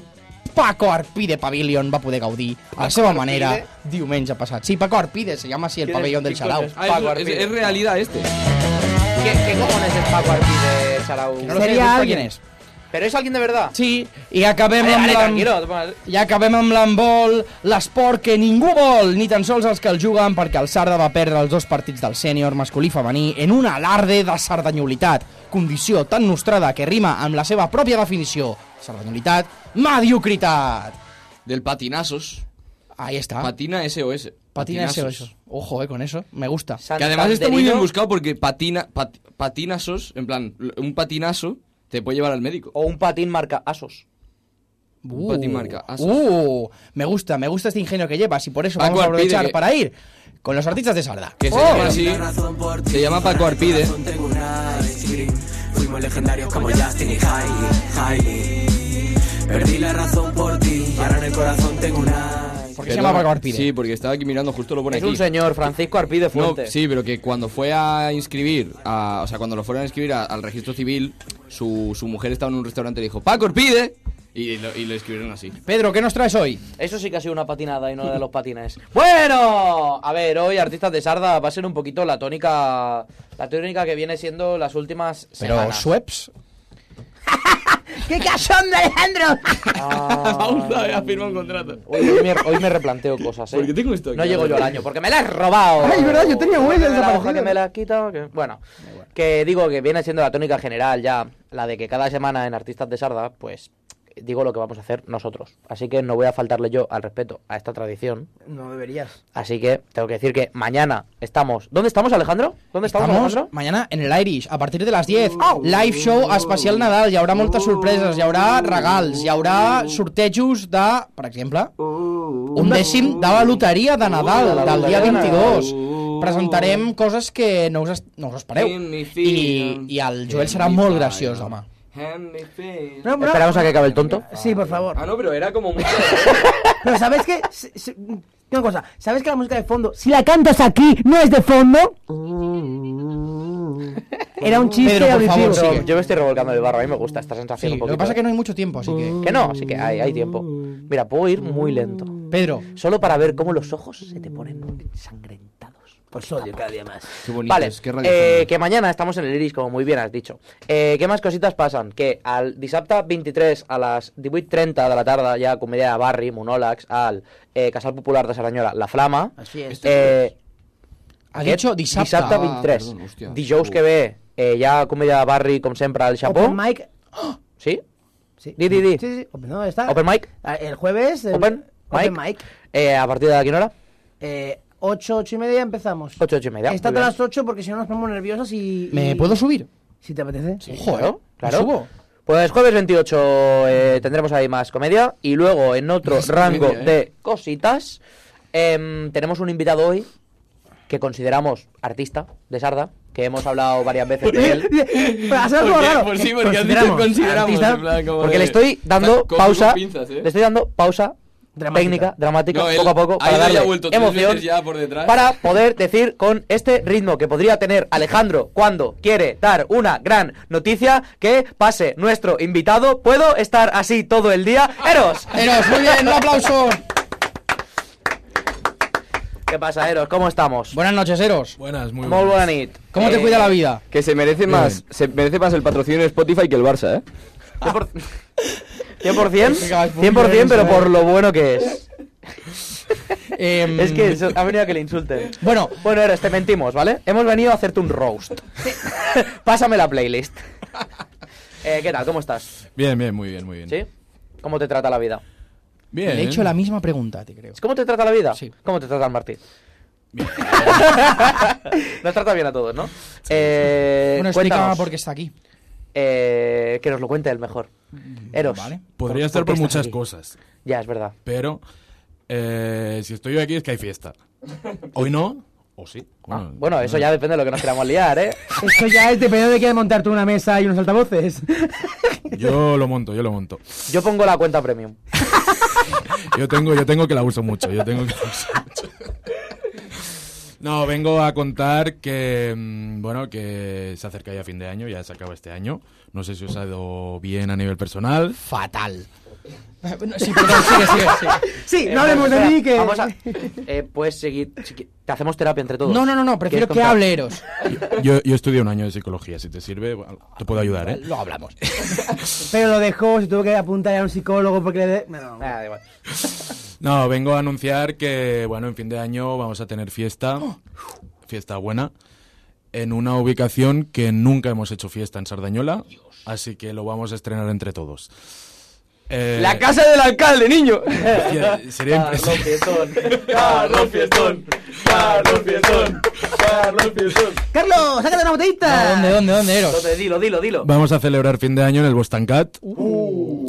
[SPEAKER 1] Paco Arpide Pavilion va poder gaudir a la seva manera diumenge passat. Sí, Paco Arpide, se llama així el pavelló del Xalau.
[SPEAKER 7] Ah, es- es, es realidad este.
[SPEAKER 5] ¿Qué, qué cojones es Paco Arpide Sarau?
[SPEAKER 1] No lo sé,
[SPEAKER 4] Seria
[SPEAKER 1] busca
[SPEAKER 4] alguien.
[SPEAKER 1] quién és.
[SPEAKER 5] ¿Pero es alguien de verdad?
[SPEAKER 1] Sí, i acabem
[SPEAKER 5] Vale,
[SPEAKER 1] amb
[SPEAKER 5] vale,
[SPEAKER 1] la...
[SPEAKER 5] tranquilo. toma-
[SPEAKER 1] I acabem amb l'handbol, l'esport que ningú vol, ni tan sols els que el juguen, perquè el Sarda va perdre els dos partits del sènior masculí i femení en un alarde de sardanyolitat, condició tan nostrada que rima amb la seva pròpia definició. Sardanyolitat, mediocritat.
[SPEAKER 7] Del patinazos.
[SPEAKER 1] Ahí
[SPEAKER 4] Ah.
[SPEAKER 1] está.
[SPEAKER 7] Patina SOS.
[SPEAKER 1] Patina eso,
[SPEAKER 7] Patinazos.
[SPEAKER 1] eso. Ojo, eh, con eso. Me gusta.
[SPEAKER 7] Que además está muy bien
[SPEAKER 5] Santanderino
[SPEAKER 7] buscado porque patina, pat- patinazos, en plan, l- un patinazo te puede llevar al médico.
[SPEAKER 5] O un patín marca Asos.
[SPEAKER 1] Uh,
[SPEAKER 7] Patimarca, asas.
[SPEAKER 1] uh, me gusta, me gusta este ingenio que llevas y por eso
[SPEAKER 7] Paco
[SPEAKER 1] vamos a
[SPEAKER 7] Alpide,
[SPEAKER 1] aprovechar
[SPEAKER 7] que-
[SPEAKER 1] para ir con los artistas de Sarda.
[SPEAKER 7] Que se
[SPEAKER 1] Oh.
[SPEAKER 7] llama así. Se llama Paco Arpide.
[SPEAKER 8] Fuimos legendarios como Justin y Hailey, Hailey. Perdí la razón por ti, y ahora en el corazón tengo una.
[SPEAKER 1] ¿Por qué se llama
[SPEAKER 7] Perdona.
[SPEAKER 1] Paco Arpide?
[SPEAKER 7] Sí, porque estaba aquí mirando, justo lo pone
[SPEAKER 5] Es
[SPEAKER 7] aquí.
[SPEAKER 5] un señor, Francisco Arpide
[SPEAKER 7] No,
[SPEAKER 5] Fuente.
[SPEAKER 7] sí, pero que cuando fue a inscribir, a- o sea, cuando lo fueron a inscribir a- al registro civil, su, su mujer estaba en un restaurante y dijo, Paco Arpide, y lo, y lo escribieron así.
[SPEAKER 1] Pedro, ¿qué nos traes hoy?
[SPEAKER 5] Eso sí que ha sido una patinada y no de los patines. Bueno, a ver, hoy Artistas de Sarda va a ser un poquito la tónica la tónica que viene siendo las últimas
[SPEAKER 1] Pero
[SPEAKER 5] semanas.
[SPEAKER 1] Sweps.
[SPEAKER 4] ¡Qué cachón de Alejandro!
[SPEAKER 5] Ah.
[SPEAKER 7] Vamos a ver, a firmar un contrato.
[SPEAKER 5] Hoy, hoy me, hoy me replanteo cosas, ¿eh?
[SPEAKER 7] ¿Por qué tengo esto aquí?
[SPEAKER 5] No llego yo al año, porque me la has robado.
[SPEAKER 4] Ay, es verdad, yo tenía una
[SPEAKER 5] Porque me la-
[SPEAKER 4] desaparecida.
[SPEAKER 5] porque me la has quitado. que- Bueno, que digo que viene siendo la tónica general ya, la de que cada semana en Artistas de Sarda, pues digo lo que vamos a hacer nosotros. Así que no voy a faltarle yo al respeto a esta tradición.
[SPEAKER 4] No deberías.
[SPEAKER 5] Así que tengo que decir que mañana estamos. ¿Dónde estamos, Alejandro? ¿Dónde estamos, Oh. Alejandro?
[SPEAKER 1] mañana en el Irish, a partir de les 10. Live show especial Nadal, hi haurà moltes sorpreses, hi haurà regals, hi haurà sortejos de, per exemple,
[SPEAKER 5] Oh.
[SPEAKER 1] un dècim de la loteria de Nadal, del dia 22.
[SPEAKER 5] Oh.
[SPEAKER 1] Presentarem coses que no us, es- no us espereu. I, I el Joel serà molt graciós, home.
[SPEAKER 4] No, no.
[SPEAKER 5] Esperamos a que acabe el tonto.
[SPEAKER 4] Sí, por favor.
[SPEAKER 7] Ah, no, pero era como ¿eh? mucho.
[SPEAKER 4] Pero ¿sabes qué? S- s- Tengo una cosa. ¿Sabes que la música de fondo, si la cantas aquí, no es de fondo?
[SPEAKER 5] Mm.
[SPEAKER 4] Era un chiste
[SPEAKER 1] Pedro, por favor,
[SPEAKER 4] auditivo.
[SPEAKER 1] sigue.
[SPEAKER 5] Yo me estoy revolcando de barro, a mí me gusta esta sensación
[SPEAKER 1] Sí, lo
[SPEAKER 5] un poquito. ¿eh?
[SPEAKER 1] que pasa que no hay mucho tiempo, así que...
[SPEAKER 5] Que no, así que hay, hay tiempo. Mira, puedo ir muy lento.
[SPEAKER 1] Pedro,
[SPEAKER 5] Solo para ver cómo los ojos se te ponen ensangrentados. Pues odio cada día más.
[SPEAKER 7] Qué bonito,
[SPEAKER 5] Vale,
[SPEAKER 7] es, qué
[SPEAKER 5] eh,
[SPEAKER 7] radiofónico.
[SPEAKER 5] que mañana estamos en el Iris, como muy bien has dicho. Eh, ¿Qué más cositas pasan? Que al dissabte 23 a les 18.30 de la tarda hi ha comèdia de barri, monòlegs, al eh, Casal Popular de Saranyola, La Flama.
[SPEAKER 4] Així és.
[SPEAKER 5] Eh,
[SPEAKER 1] ha dicho dissabte.
[SPEAKER 5] dissabte 23.
[SPEAKER 7] perdón, hòstia.
[SPEAKER 5] dijous que ve eh, hi ha comèdia de barri, com sempre, al Xapó.
[SPEAKER 4] Open mic.
[SPEAKER 5] Sí?
[SPEAKER 4] Sí.
[SPEAKER 5] Di, di, di.
[SPEAKER 4] Sí, sí, Open, no, está.
[SPEAKER 5] Open mic.
[SPEAKER 4] Ah, El jueves. el-
[SPEAKER 5] Open,
[SPEAKER 4] Open
[SPEAKER 5] mic.
[SPEAKER 4] mic.
[SPEAKER 5] Eh, a partir de quina hora?
[SPEAKER 4] Eh, 8, 8 y media empezamos.
[SPEAKER 5] 8, 8 y media.
[SPEAKER 4] Está a
[SPEAKER 5] muy bien.
[SPEAKER 4] las 8 porque si no nos ponemos nerviosos y...
[SPEAKER 1] ¿Me
[SPEAKER 4] y-
[SPEAKER 1] puedo subir?
[SPEAKER 4] Si te apetece. Sí.
[SPEAKER 1] Ojo, eh?
[SPEAKER 5] Claro, claro.
[SPEAKER 1] ¿Me subo?
[SPEAKER 5] Pues jueves 28 eh, tendremos ahí más comedia y luego en otro rango
[SPEAKER 7] comedia,
[SPEAKER 5] de cositas em, tenemos un invitado hoy que consideramos artista de Sarda, que hemos hablado varias veces de él.
[SPEAKER 4] Hacer algo
[SPEAKER 7] Porque-
[SPEAKER 4] raro.
[SPEAKER 7] pues sí, porque has dicho consideramos, en plan, como
[SPEAKER 5] Porque
[SPEAKER 7] de-
[SPEAKER 5] le estoy
[SPEAKER 7] O sea,
[SPEAKER 5] dando
[SPEAKER 7] coge con
[SPEAKER 5] pausa,
[SPEAKER 7] pinzas, ¿eh?
[SPEAKER 5] le estoy dando pausa
[SPEAKER 4] Dramática.
[SPEAKER 5] técnica, dramática,
[SPEAKER 7] No, él
[SPEAKER 5] poco a poco,
[SPEAKER 7] ha
[SPEAKER 5] para
[SPEAKER 7] ido y ha
[SPEAKER 5] darle
[SPEAKER 7] vuelto tres
[SPEAKER 5] emoción,
[SPEAKER 7] veces ya por detrás.
[SPEAKER 5] para poder decir con este ritmo que podría tener Alejandro cuando quiere dar una gran noticia que pase nuestro invitado. Puedo estar así todo el día, Eros.
[SPEAKER 1] Eros, muy bien, un aplauso.
[SPEAKER 5] ¿Qué pasa, Eros? ¿Cómo estamos?
[SPEAKER 1] Buenas noches, Eros.
[SPEAKER 9] Buenas, muy
[SPEAKER 5] Muy buena nit.
[SPEAKER 1] ¿Cómo te
[SPEAKER 5] Eh,
[SPEAKER 1] cuida la vida?
[SPEAKER 2] Que se merece más, se merece más el patrocinio de Spotify que el Barça, ¿eh?
[SPEAKER 5] 100%, 100%, 100%,
[SPEAKER 1] bien, ¿eh?
[SPEAKER 5] pero
[SPEAKER 1] ¿sabes?
[SPEAKER 5] por lo bueno que es.
[SPEAKER 1] Em,
[SPEAKER 5] Es que eso- ha venido a que le insulten.
[SPEAKER 1] Bueno.
[SPEAKER 5] bueno, Eros, te mentimos, ¿vale? Hemos venido a hacerte un roast. Pásame la playlist. Eh, ¿Qué tal? ¿Cómo estás?
[SPEAKER 9] Bien, bien, muy bien, muy bien.
[SPEAKER 5] ¿Sí? ¿Cómo te trata la vida?
[SPEAKER 9] Bien.
[SPEAKER 1] Le he hecho la misma pregunta, te creo.
[SPEAKER 5] ¿Cómo te trata la vida?
[SPEAKER 1] Sí.
[SPEAKER 5] ¿Cómo te trata el Martí? Nos trata bien a todos, ¿no? Eh,
[SPEAKER 1] Bueno, explica
[SPEAKER 5] cuéntanos,
[SPEAKER 1] por qué está aquí.
[SPEAKER 5] eh, que nos lo cuente el mejor. Eros.
[SPEAKER 1] Vale.
[SPEAKER 5] ¿por-
[SPEAKER 9] Podría estar
[SPEAKER 5] por
[SPEAKER 9] por,
[SPEAKER 5] qué estás
[SPEAKER 9] muchas
[SPEAKER 5] aquí?
[SPEAKER 9] cosas,
[SPEAKER 5] Ya, es verdad.
[SPEAKER 9] pero eh, si estoy yo aquí es que hay fiesta. Hoy no, o sí.
[SPEAKER 5] Ah, bueno, eso ya depende de lo que nos queramos liar, ¿eh?
[SPEAKER 4] Esto ya es dependiendo de que montar tú una mesa y unos altavoces.
[SPEAKER 9] Yo lo monto, yo lo monto.
[SPEAKER 5] Yo pongo la cuenta premium.
[SPEAKER 9] Yo tengo, yo tengo que la uso mucho, yo tengo que la uso mucho. No, vengo a contar que, mm, bueno, que se acerca ya fin de año, ya se acaba este año. No sé si os ha ido bien a nivel personal.
[SPEAKER 1] Fatal. Sí, perdón, sigue, sigue, sigue.
[SPEAKER 4] Sí, no
[SPEAKER 5] Eh,
[SPEAKER 4] hablemos de
[SPEAKER 5] espera,
[SPEAKER 4] mí que.
[SPEAKER 5] Vamos a... Eh, puedes seguir... si qui- Te hacemos terapia entre todos.
[SPEAKER 1] No, no, no, no, prefiero que
[SPEAKER 5] ¿Quieres contar?
[SPEAKER 1] hable Eros.
[SPEAKER 9] Yo, yo estudié un año de psicología, si te sirve, bueno, te puedo ayudar, ¿eh?
[SPEAKER 1] Lo hablamos.
[SPEAKER 4] Pero lo dejó, se tuvo que apuntar a un psicólogo porque le. de- No.
[SPEAKER 5] Ah, da igual.
[SPEAKER 9] No, vengo a anunciar que, bueno, en fin de año vamos a tener fiesta, fiesta buena, en una ubicación que nunca hemos hecho fiesta en Sardañola, así que lo vamos a estrenar entre todos. Eh,
[SPEAKER 2] La casa Ah, del alcalde, niño.
[SPEAKER 9] Hostia, sería impres-
[SPEAKER 5] Carlos Fiestón. Carlos Fiestón. Carlos Fiestón. Carlos Fiestón.
[SPEAKER 4] ¡Carlos! ¡Sácate una botellita!
[SPEAKER 1] ¿Dónde, dónde, dónde, Eros?
[SPEAKER 5] Entonces, dilo, dilo, dilo.
[SPEAKER 9] Vamos a celebrar fin de año en el Bostancat.
[SPEAKER 2] Uh.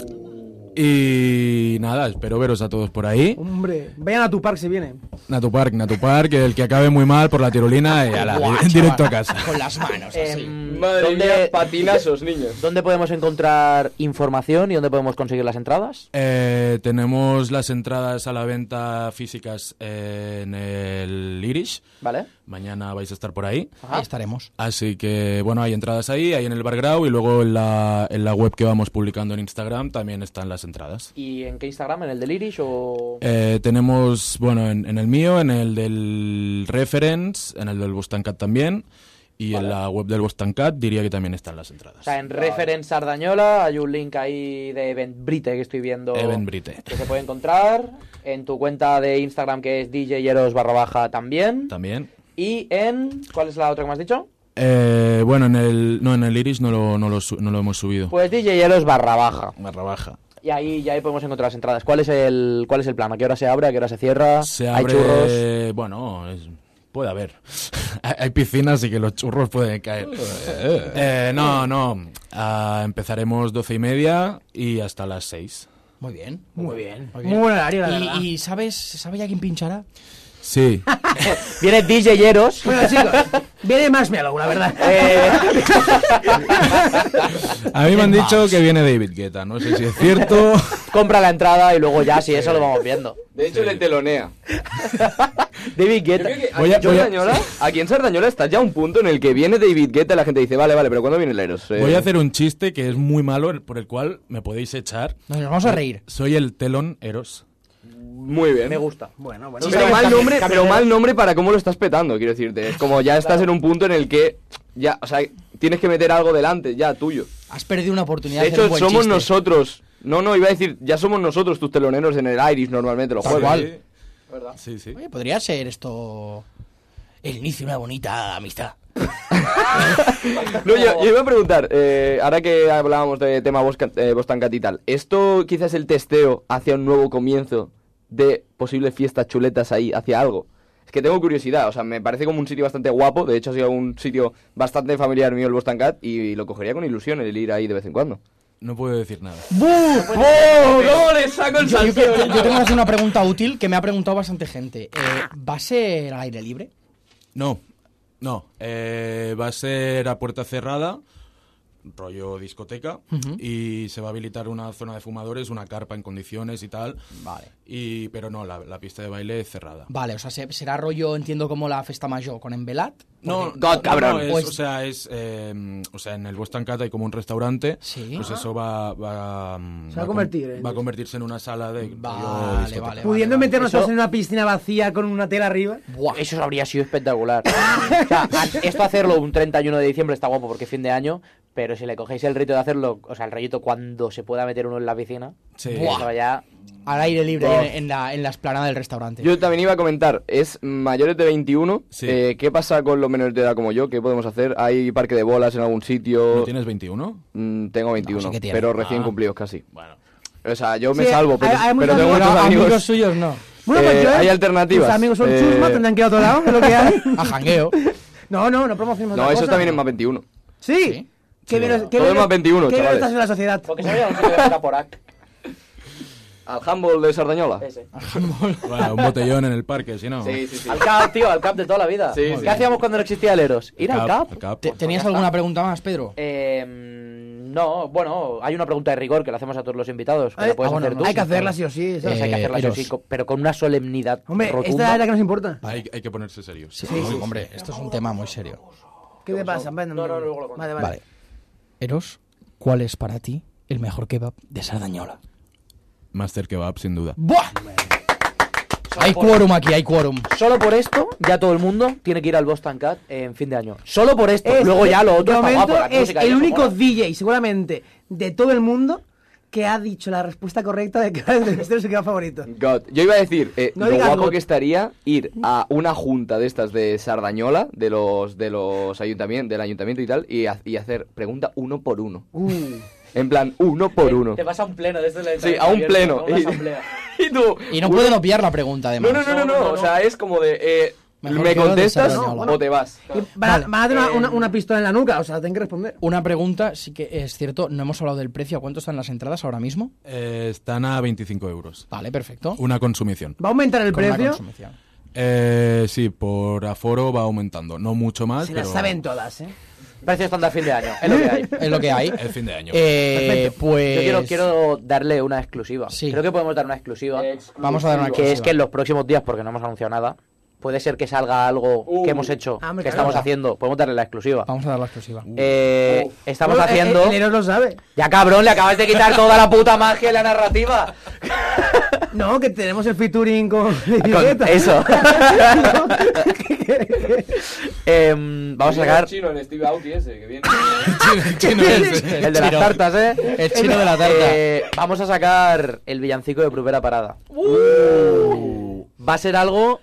[SPEAKER 9] Y nada, espero veros a todos por ahí.
[SPEAKER 4] Hombre, vayan a tu park si vienen.
[SPEAKER 9] Natu Park, Natu Park, el que acabe muy mal por la tirolina y a la,
[SPEAKER 1] Buah,
[SPEAKER 9] directo a
[SPEAKER 1] chaval,
[SPEAKER 9] casa.
[SPEAKER 1] Con las manos, así.
[SPEAKER 5] Em,
[SPEAKER 2] Madre
[SPEAKER 5] ¿dónde-
[SPEAKER 2] mía, patinazos, niños.
[SPEAKER 5] ¿Dónde podemos encontrar información y dónde podemos conseguir las entradas?
[SPEAKER 9] Eh, tenemos las entradas a la venta físicas en el Irish.
[SPEAKER 5] ¿Vale?
[SPEAKER 9] Mañana vais a estar por ahí.
[SPEAKER 1] Ahí estaremos.
[SPEAKER 9] Así que, bueno, hay entradas ahí, hay en el Bar Grau y luego en la, en la web que vamos publicando en Instagram también están las entradas.
[SPEAKER 5] ¿Y en qué Instagram? ¿En el del Irish o...?
[SPEAKER 9] Eh, tenemos, bueno, en, en el mío, en el del Reference, en el del Bostancat también y en la web del Bostancat diría que también están las
[SPEAKER 5] O
[SPEAKER 9] entradas.
[SPEAKER 5] sea, en Reference Sardañola hay un link ahí de Eventbrite que estoy viendo.
[SPEAKER 9] Eventbrite.
[SPEAKER 5] Que se puede encontrar. En tu cuenta de Instagram que es DJeros barra baja también.
[SPEAKER 9] También.
[SPEAKER 5] Y en... ¿Cuál es la otra que me has dicho?
[SPEAKER 9] Eh, bueno, en el, no, en el Iris no lo, no lo, su- no lo hemos subido.
[SPEAKER 5] Pues DJeros barra baja.
[SPEAKER 9] Barra baja.
[SPEAKER 5] Y ahí, y ahí podemos encontrar las entradas. ¿Cuál es el cuál es el plan? ¿A qué hora se abre? ¿A qué hora se cierra?
[SPEAKER 9] Se
[SPEAKER 5] ¿Hay churros?
[SPEAKER 9] abre, bueno, es- puede haber. Hay hay piscinas y que los churros pueden caer. Eh, no, no. Ah, empezaremos doce y media y hasta las seis.
[SPEAKER 1] Muy bien.
[SPEAKER 4] Muy bien. Muy,
[SPEAKER 1] bien.
[SPEAKER 4] buen horario, la verdad.
[SPEAKER 1] ¿Y, y sabes, sabe ya quién pinchará?
[SPEAKER 9] Sí.
[SPEAKER 5] Viene DJeros.
[SPEAKER 4] Bueno, chicos, viene más Marshmallow, la verdad.
[SPEAKER 5] Eh,
[SPEAKER 9] A mí me han dicho que viene David Guetta. No sé si es cierto.
[SPEAKER 5] compra la entrada y luego ya, si eso lo vamos viendo.
[SPEAKER 2] De hecho, le telonea.
[SPEAKER 5] David Guetta.
[SPEAKER 9] Voy a-
[SPEAKER 2] Yo
[SPEAKER 9] voy a-
[SPEAKER 2] Sardañola, aquí en Sardañola está ya un punto en el que viene David Guetta y la gente dice, vale, vale, pero ¿cuándo viene el Eros? Eh,
[SPEAKER 9] Voy a hacer un chiste que es muy malo, el- por el cual me podéis echar.
[SPEAKER 1] Nos, nos vamos a reír.
[SPEAKER 9] Soy el telón Eros.
[SPEAKER 2] Muy bien.
[SPEAKER 5] Me gusta.
[SPEAKER 4] Bueno, bueno.
[SPEAKER 2] Pero mal nombre, pero mal nombre para cómo lo estás petando, quiero decirte. Es como ya estás en un punto en el que ya, o sea, tienes que meter algo delante, ya tuyo.
[SPEAKER 1] Has perdido una oportunidad
[SPEAKER 2] De
[SPEAKER 1] de, hacer un
[SPEAKER 2] hecho,
[SPEAKER 1] buen
[SPEAKER 2] somos
[SPEAKER 1] chiste.
[SPEAKER 2] nosotros. No, no, iba a decir, ya somos nosotros tus teloneros en el Iris normalmente los jueves.
[SPEAKER 1] cual.
[SPEAKER 9] Sí, sí.
[SPEAKER 1] Oye, podría ser esto el inicio de una bonita amistad.
[SPEAKER 2] No, yo, yo iba a preguntar, eh, ahora que hablábamos de tema Bosca- eh, Boston Cat y tal, ¿esto quizás el testeo hacia un nuevo comienzo de posibles fiestas chuletas ahí, hacia algo? Es que tengo curiosidad, o sea, me parece como un sitio bastante guapo, de hecho ha sido un sitio bastante familiar mío el Boston Cat y lo cogería con ilusión el ir ahí de vez en cuando.
[SPEAKER 9] No puedo decir nada.
[SPEAKER 2] ¡Oh! ¿Cómo le saco el
[SPEAKER 1] Yo, yo que- yo tengo que hacer una pregunta útil que me ha preguntado bastante gente. Eh, ¿Va a ser al aire libre?
[SPEAKER 9] No, no. eh, va a ser a puerta cerrada rollo discoteca, y se va a habilitar una zona de fumadores, una carpa en condiciones y tal.
[SPEAKER 1] Vale.
[SPEAKER 9] Y, pero no, la, la pista de baile es cerrada.
[SPEAKER 1] Vale, o sea, se- será rollo, entiendo, como la festa mayor con envelat.
[SPEAKER 9] No,
[SPEAKER 1] Porque-
[SPEAKER 9] no, no,
[SPEAKER 2] cabrón.
[SPEAKER 9] es-
[SPEAKER 1] Pues-
[SPEAKER 9] o sea, es, eh, o sea, en el Western Cat hay como un restaurante.
[SPEAKER 1] Sí.
[SPEAKER 9] Pues eso va, va, mm,
[SPEAKER 4] Se va a
[SPEAKER 9] con-
[SPEAKER 4] convertir en-
[SPEAKER 9] va a convertirse en una sala de.
[SPEAKER 1] Vale, vale,
[SPEAKER 9] discoteca.
[SPEAKER 1] vale.
[SPEAKER 4] Pudiendo meternos
[SPEAKER 5] Eso-
[SPEAKER 4] todos en una piscina vacía con una tela arriba.
[SPEAKER 1] Buah.
[SPEAKER 5] Eso habría sido espectacular. o sea, a- esto hacerlo un 31 de diciembre está guapo porque es fin de año, pero si le cogéis el rito de hacerlo, o sea, el rayito cuando se pueda meter uno en la piscina,
[SPEAKER 9] Sí.
[SPEAKER 1] Buah.
[SPEAKER 5] eso ya
[SPEAKER 1] Al aire libre, en, en la, en la esplanada del restaurante.
[SPEAKER 2] Yo también iba a comentar, es mayores de 21.
[SPEAKER 9] Sí.
[SPEAKER 2] eh, ¿Qué pasa con los menores de edad como yo? ¿Qué podemos hacer? ¿Hay parque de bolas en algún sitio?
[SPEAKER 9] ¿No ¿Tienes 21?
[SPEAKER 2] Mm, tengo 21,
[SPEAKER 1] sí que tiene.
[SPEAKER 2] pero recién
[SPEAKER 9] Ah.
[SPEAKER 2] cumplidos casi.
[SPEAKER 9] Bueno.
[SPEAKER 2] O sea, yo me
[SPEAKER 4] Sí,
[SPEAKER 2] salvo,
[SPEAKER 4] hay-
[SPEAKER 2] pero,
[SPEAKER 4] hay
[SPEAKER 2] pero
[SPEAKER 4] muchos
[SPEAKER 2] tengo
[SPEAKER 4] amigos-
[SPEAKER 2] muchos amigos.
[SPEAKER 1] suyos no.
[SPEAKER 2] Eh,
[SPEAKER 4] yo, ¿eh?
[SPEAKER 2] hay alternativas.
[SPEAKER 4] Tus amigos son
[SPEAKER 2] Eh,
[SPEAKER 4] chusmas, tendrán que ir a otro lado, es lo que hay.
[SPEAKER 1] A jangueo.
[SPEAKER 4] No, no, no promocionemos
[SPEAKER 2] No,
[SPEAKER 4] otra
[SPEAKER 2] eso
[SPEAKER 4] cosa.
[SPEAKER 2] también es más 21.
[SPEAKER 4] Sí. Qué bien, qué
[SPEAKER 2] Todo
[SPEAKER 4] bien-
[SPEAKER 2] es más 21,
[SPEAKER 4] qué bien
[SPEAKER 2] chavales.
[SPEAKER 4] estás en la sociedad.
[SPEAKER 5] Porque sabía un tío que era por ac.
[SPEAKER 2] ¿Al handball de Sardañola?
[SPEAKER 9] Bueno, un botellón en el parque, si no.
[SPEAKER 5] Al cap, tío, al cap de toda la vida.
[SPEAKER 2] Sí,
[SPEAKER 5] ¿Qué
[SPEAKER 2] sí.
[SPEAKER 5] hacíamos cuando no existía el Eros? Ir al cap.
[SPEAKER 9] Al cap.
[SPEAKER 1] Te- ¿Tenías alguna pregunta más, Pedro?
[SPEAKER 5] Eh, mm, no, bueno, hay una pregunta de rigor que le hacemos a todos los invitados. Que
[SPEAKER 4] Ay,
[SPEAKER 5] la puedes
[SPEAKER 1] ah, bueno,
[SPEAKER 5] hacer
[SPEAKER 1] no,
[SPEAKER 5] tú.
[SPEAKER 4] Eh, Hay que hacerla sí o sí.
[SPEAKER 5] Esa
[SPEAKER 4] ¿sabes?
[SPEAKER 5] hay que
[SPEAKER 1] Eh,
[SPEAKER 5] hacerla, eso
[SPEAKER 1] Eros.
[SPEAKER 5] sí, co- pero con una solemnidad.
[SPEAKER 4] Hombre, esta
[SPEAKER 5] rotunda.
[SPEAKER 4] es la que nos importa.
[SPEAKER 9] Hay, hay que ponerse serios.
[SPEAKER 1] hombre, esto es un tema muy serio.
[SPEAKER 4] ¿Qué te pasa? Bueno,
[SPEAKER 5] No, no, luego lo cuento.
[SPEAKER 4] Vale, vale.
[SPEAKER 1] Vale. Eros, ¿cuál es para ti el mejor kebab de Sardañola?
[SPEAKER 9] Master Kebab, sin duda.
[SPEAKER 1] ¡Buah! Hay quórum aquí, hay quórum.
[SPEAKER 5] Solo por esto, ya todo el mundo tiene que ir al Boston Cat en fin de año. Solo por esto. Pues Luego ya lo otro
[SPEAKER 4] de
[SPEAKER 5] está
[SPEAKER 4] momento
[SPEAKER 5] guapo, la
[SPEAKER 4] es
[SPEAKER 5] música y
[SPEAKER 4] el
[SPEAKER 5] eso
[SPEAKER 4] único
[SPEAKER 5] mola.
[SPEAKER 4] DJ, seguramente, de todo el mundo que ha dicho la respuesta correcta de que es de misterio su kebab favorito.
[SPEAKER 2] God. Yo iba a decir, eh,
[SPEAKER 4] No
[SPEAKER 2] lo
[SPEAKER 4] digas
[SPEAKER 2] guapo
[SPEAKER 4] God.
[SPEAKER 2] que estaría ir a una junta de estas de Sardañola, de los, de los ayuntamientos, del ayuntamiento y tal, y, ha- y hacer pregunta uno por uno.
[SPEAKER 5] Uh.
[SPEAKER 2] En plan, uno por uno.
[SPEAKER 5] Te vas a un pleno de este de
[SPEAKER 2] Sí, a un pleno.
[SPEAKER 5] una
[SPEAKER 2] Y,
[SPEAKER 5] asamblea.
[SPEAKER 2] y tú.
[SPEAKER 1] Y no
[SPEAKER 2] uno-
[SPEAKER 1] pueden obviar la pregunta, además.
[SPEAKER 2] no, no, no, no, no, O sea, es como de. eh,
[SPEAKER 1] Mejor
[SPEAKER 2] ¿Me
[SPEAKER 1] que lo de
[SPEAKER 2] contestas
[SPEAKER 1] Sardañola.
[SPEAKER 2] o te vas?
[SPEAKER 4] Y Van a- van a tener una,
[SPEAKER 5] eh,
[SPEAKER 4] una- una pistola en la nuca, o sea, tienen que responder.
[SPEAKER 1] Una pregunta, sí que es cierto, no hemos hablado del precio. ¿A cuánto están las entradas ahora mismo?
[SPEAKER 9] Eh, están a 25 euros.
[SPEAKER 1] Vale, perfecto.
[SPEAKER 9] Una consumición.
[SPEAKER 4] ¿Va a aumentar el
[SPEAKER 1] Con una
[SPEAKER 4] precio?
[SPEAKER 1] consumición.
[SPEAKER 9] Eh, sí, por aforo va aumentando. No mucho más,
[SPEAKER 4] Se
[SPEAKER 9] pero.
[SPEAKER 4] las saben todas, ¿eh?
[SPEAKER 5] Precio estándar fin de año. Es lo que hay.
[SPEAKER 1] Es lo que hay.
[SPEAKER 9] Es fin de año.
[SPEAKER 1] Eh, pues...
[SPEAKER 5] Yo quiero, quiero darle una exclusiva.
[SPEAKER 1] Sí.
[SPEAKER 5] Creo que podemos dar una exclusiva.
[SPEAKER 1] Vamos a dar una
[SPEAKER 5] que es
[SPEAKER 1] exclusiva.
[SPEAKER 5] que en los próximos días, porque no hemos anunciado nada, puede ser que salga algo que hemos hecho,
[SPEAKER 4] Ah, hombre,
[SPEAKER 5] que
[SPEAKER 4] claro.
[SPEAKER 5] estamos haciendo. Podemos darle la exclusiva.
[SPEAKER 1] Vamos a dar la exclusiva.
[SPEAKER 5] Eh, estamos
[SPEAKER 4] No, eh,
[SPEAKER 5] haciendo.
[SPEAKER 4] eh, Leros lo sabe.
[SPEAKER 5] Ya cabrón, le acabas de quitar toda la puta magia y la narrativa.
[SPEAKER 4] No, que tenemos el featuring con
[SPEAKER 5] Con
[SPEAKER 4] Julieta.
[SPEAKER 5] eso.
[SPEAKER 4] No. ¿Qué- qué- qué?
[SPEAKER 5] Em, vamos a sacar
[SPEAKER 2] chino, el Steve Aoki ese que viene.
[SPEAKER 5] el de las
[SPEAKER 1] chino.
[SPEAKER 5] tartas, ¿eh?
[SPEAKER 1] El chino de la tarta.
[SPEAKER 5] Eh, vamos a sacar el villancico de primera parada. Va a ser algo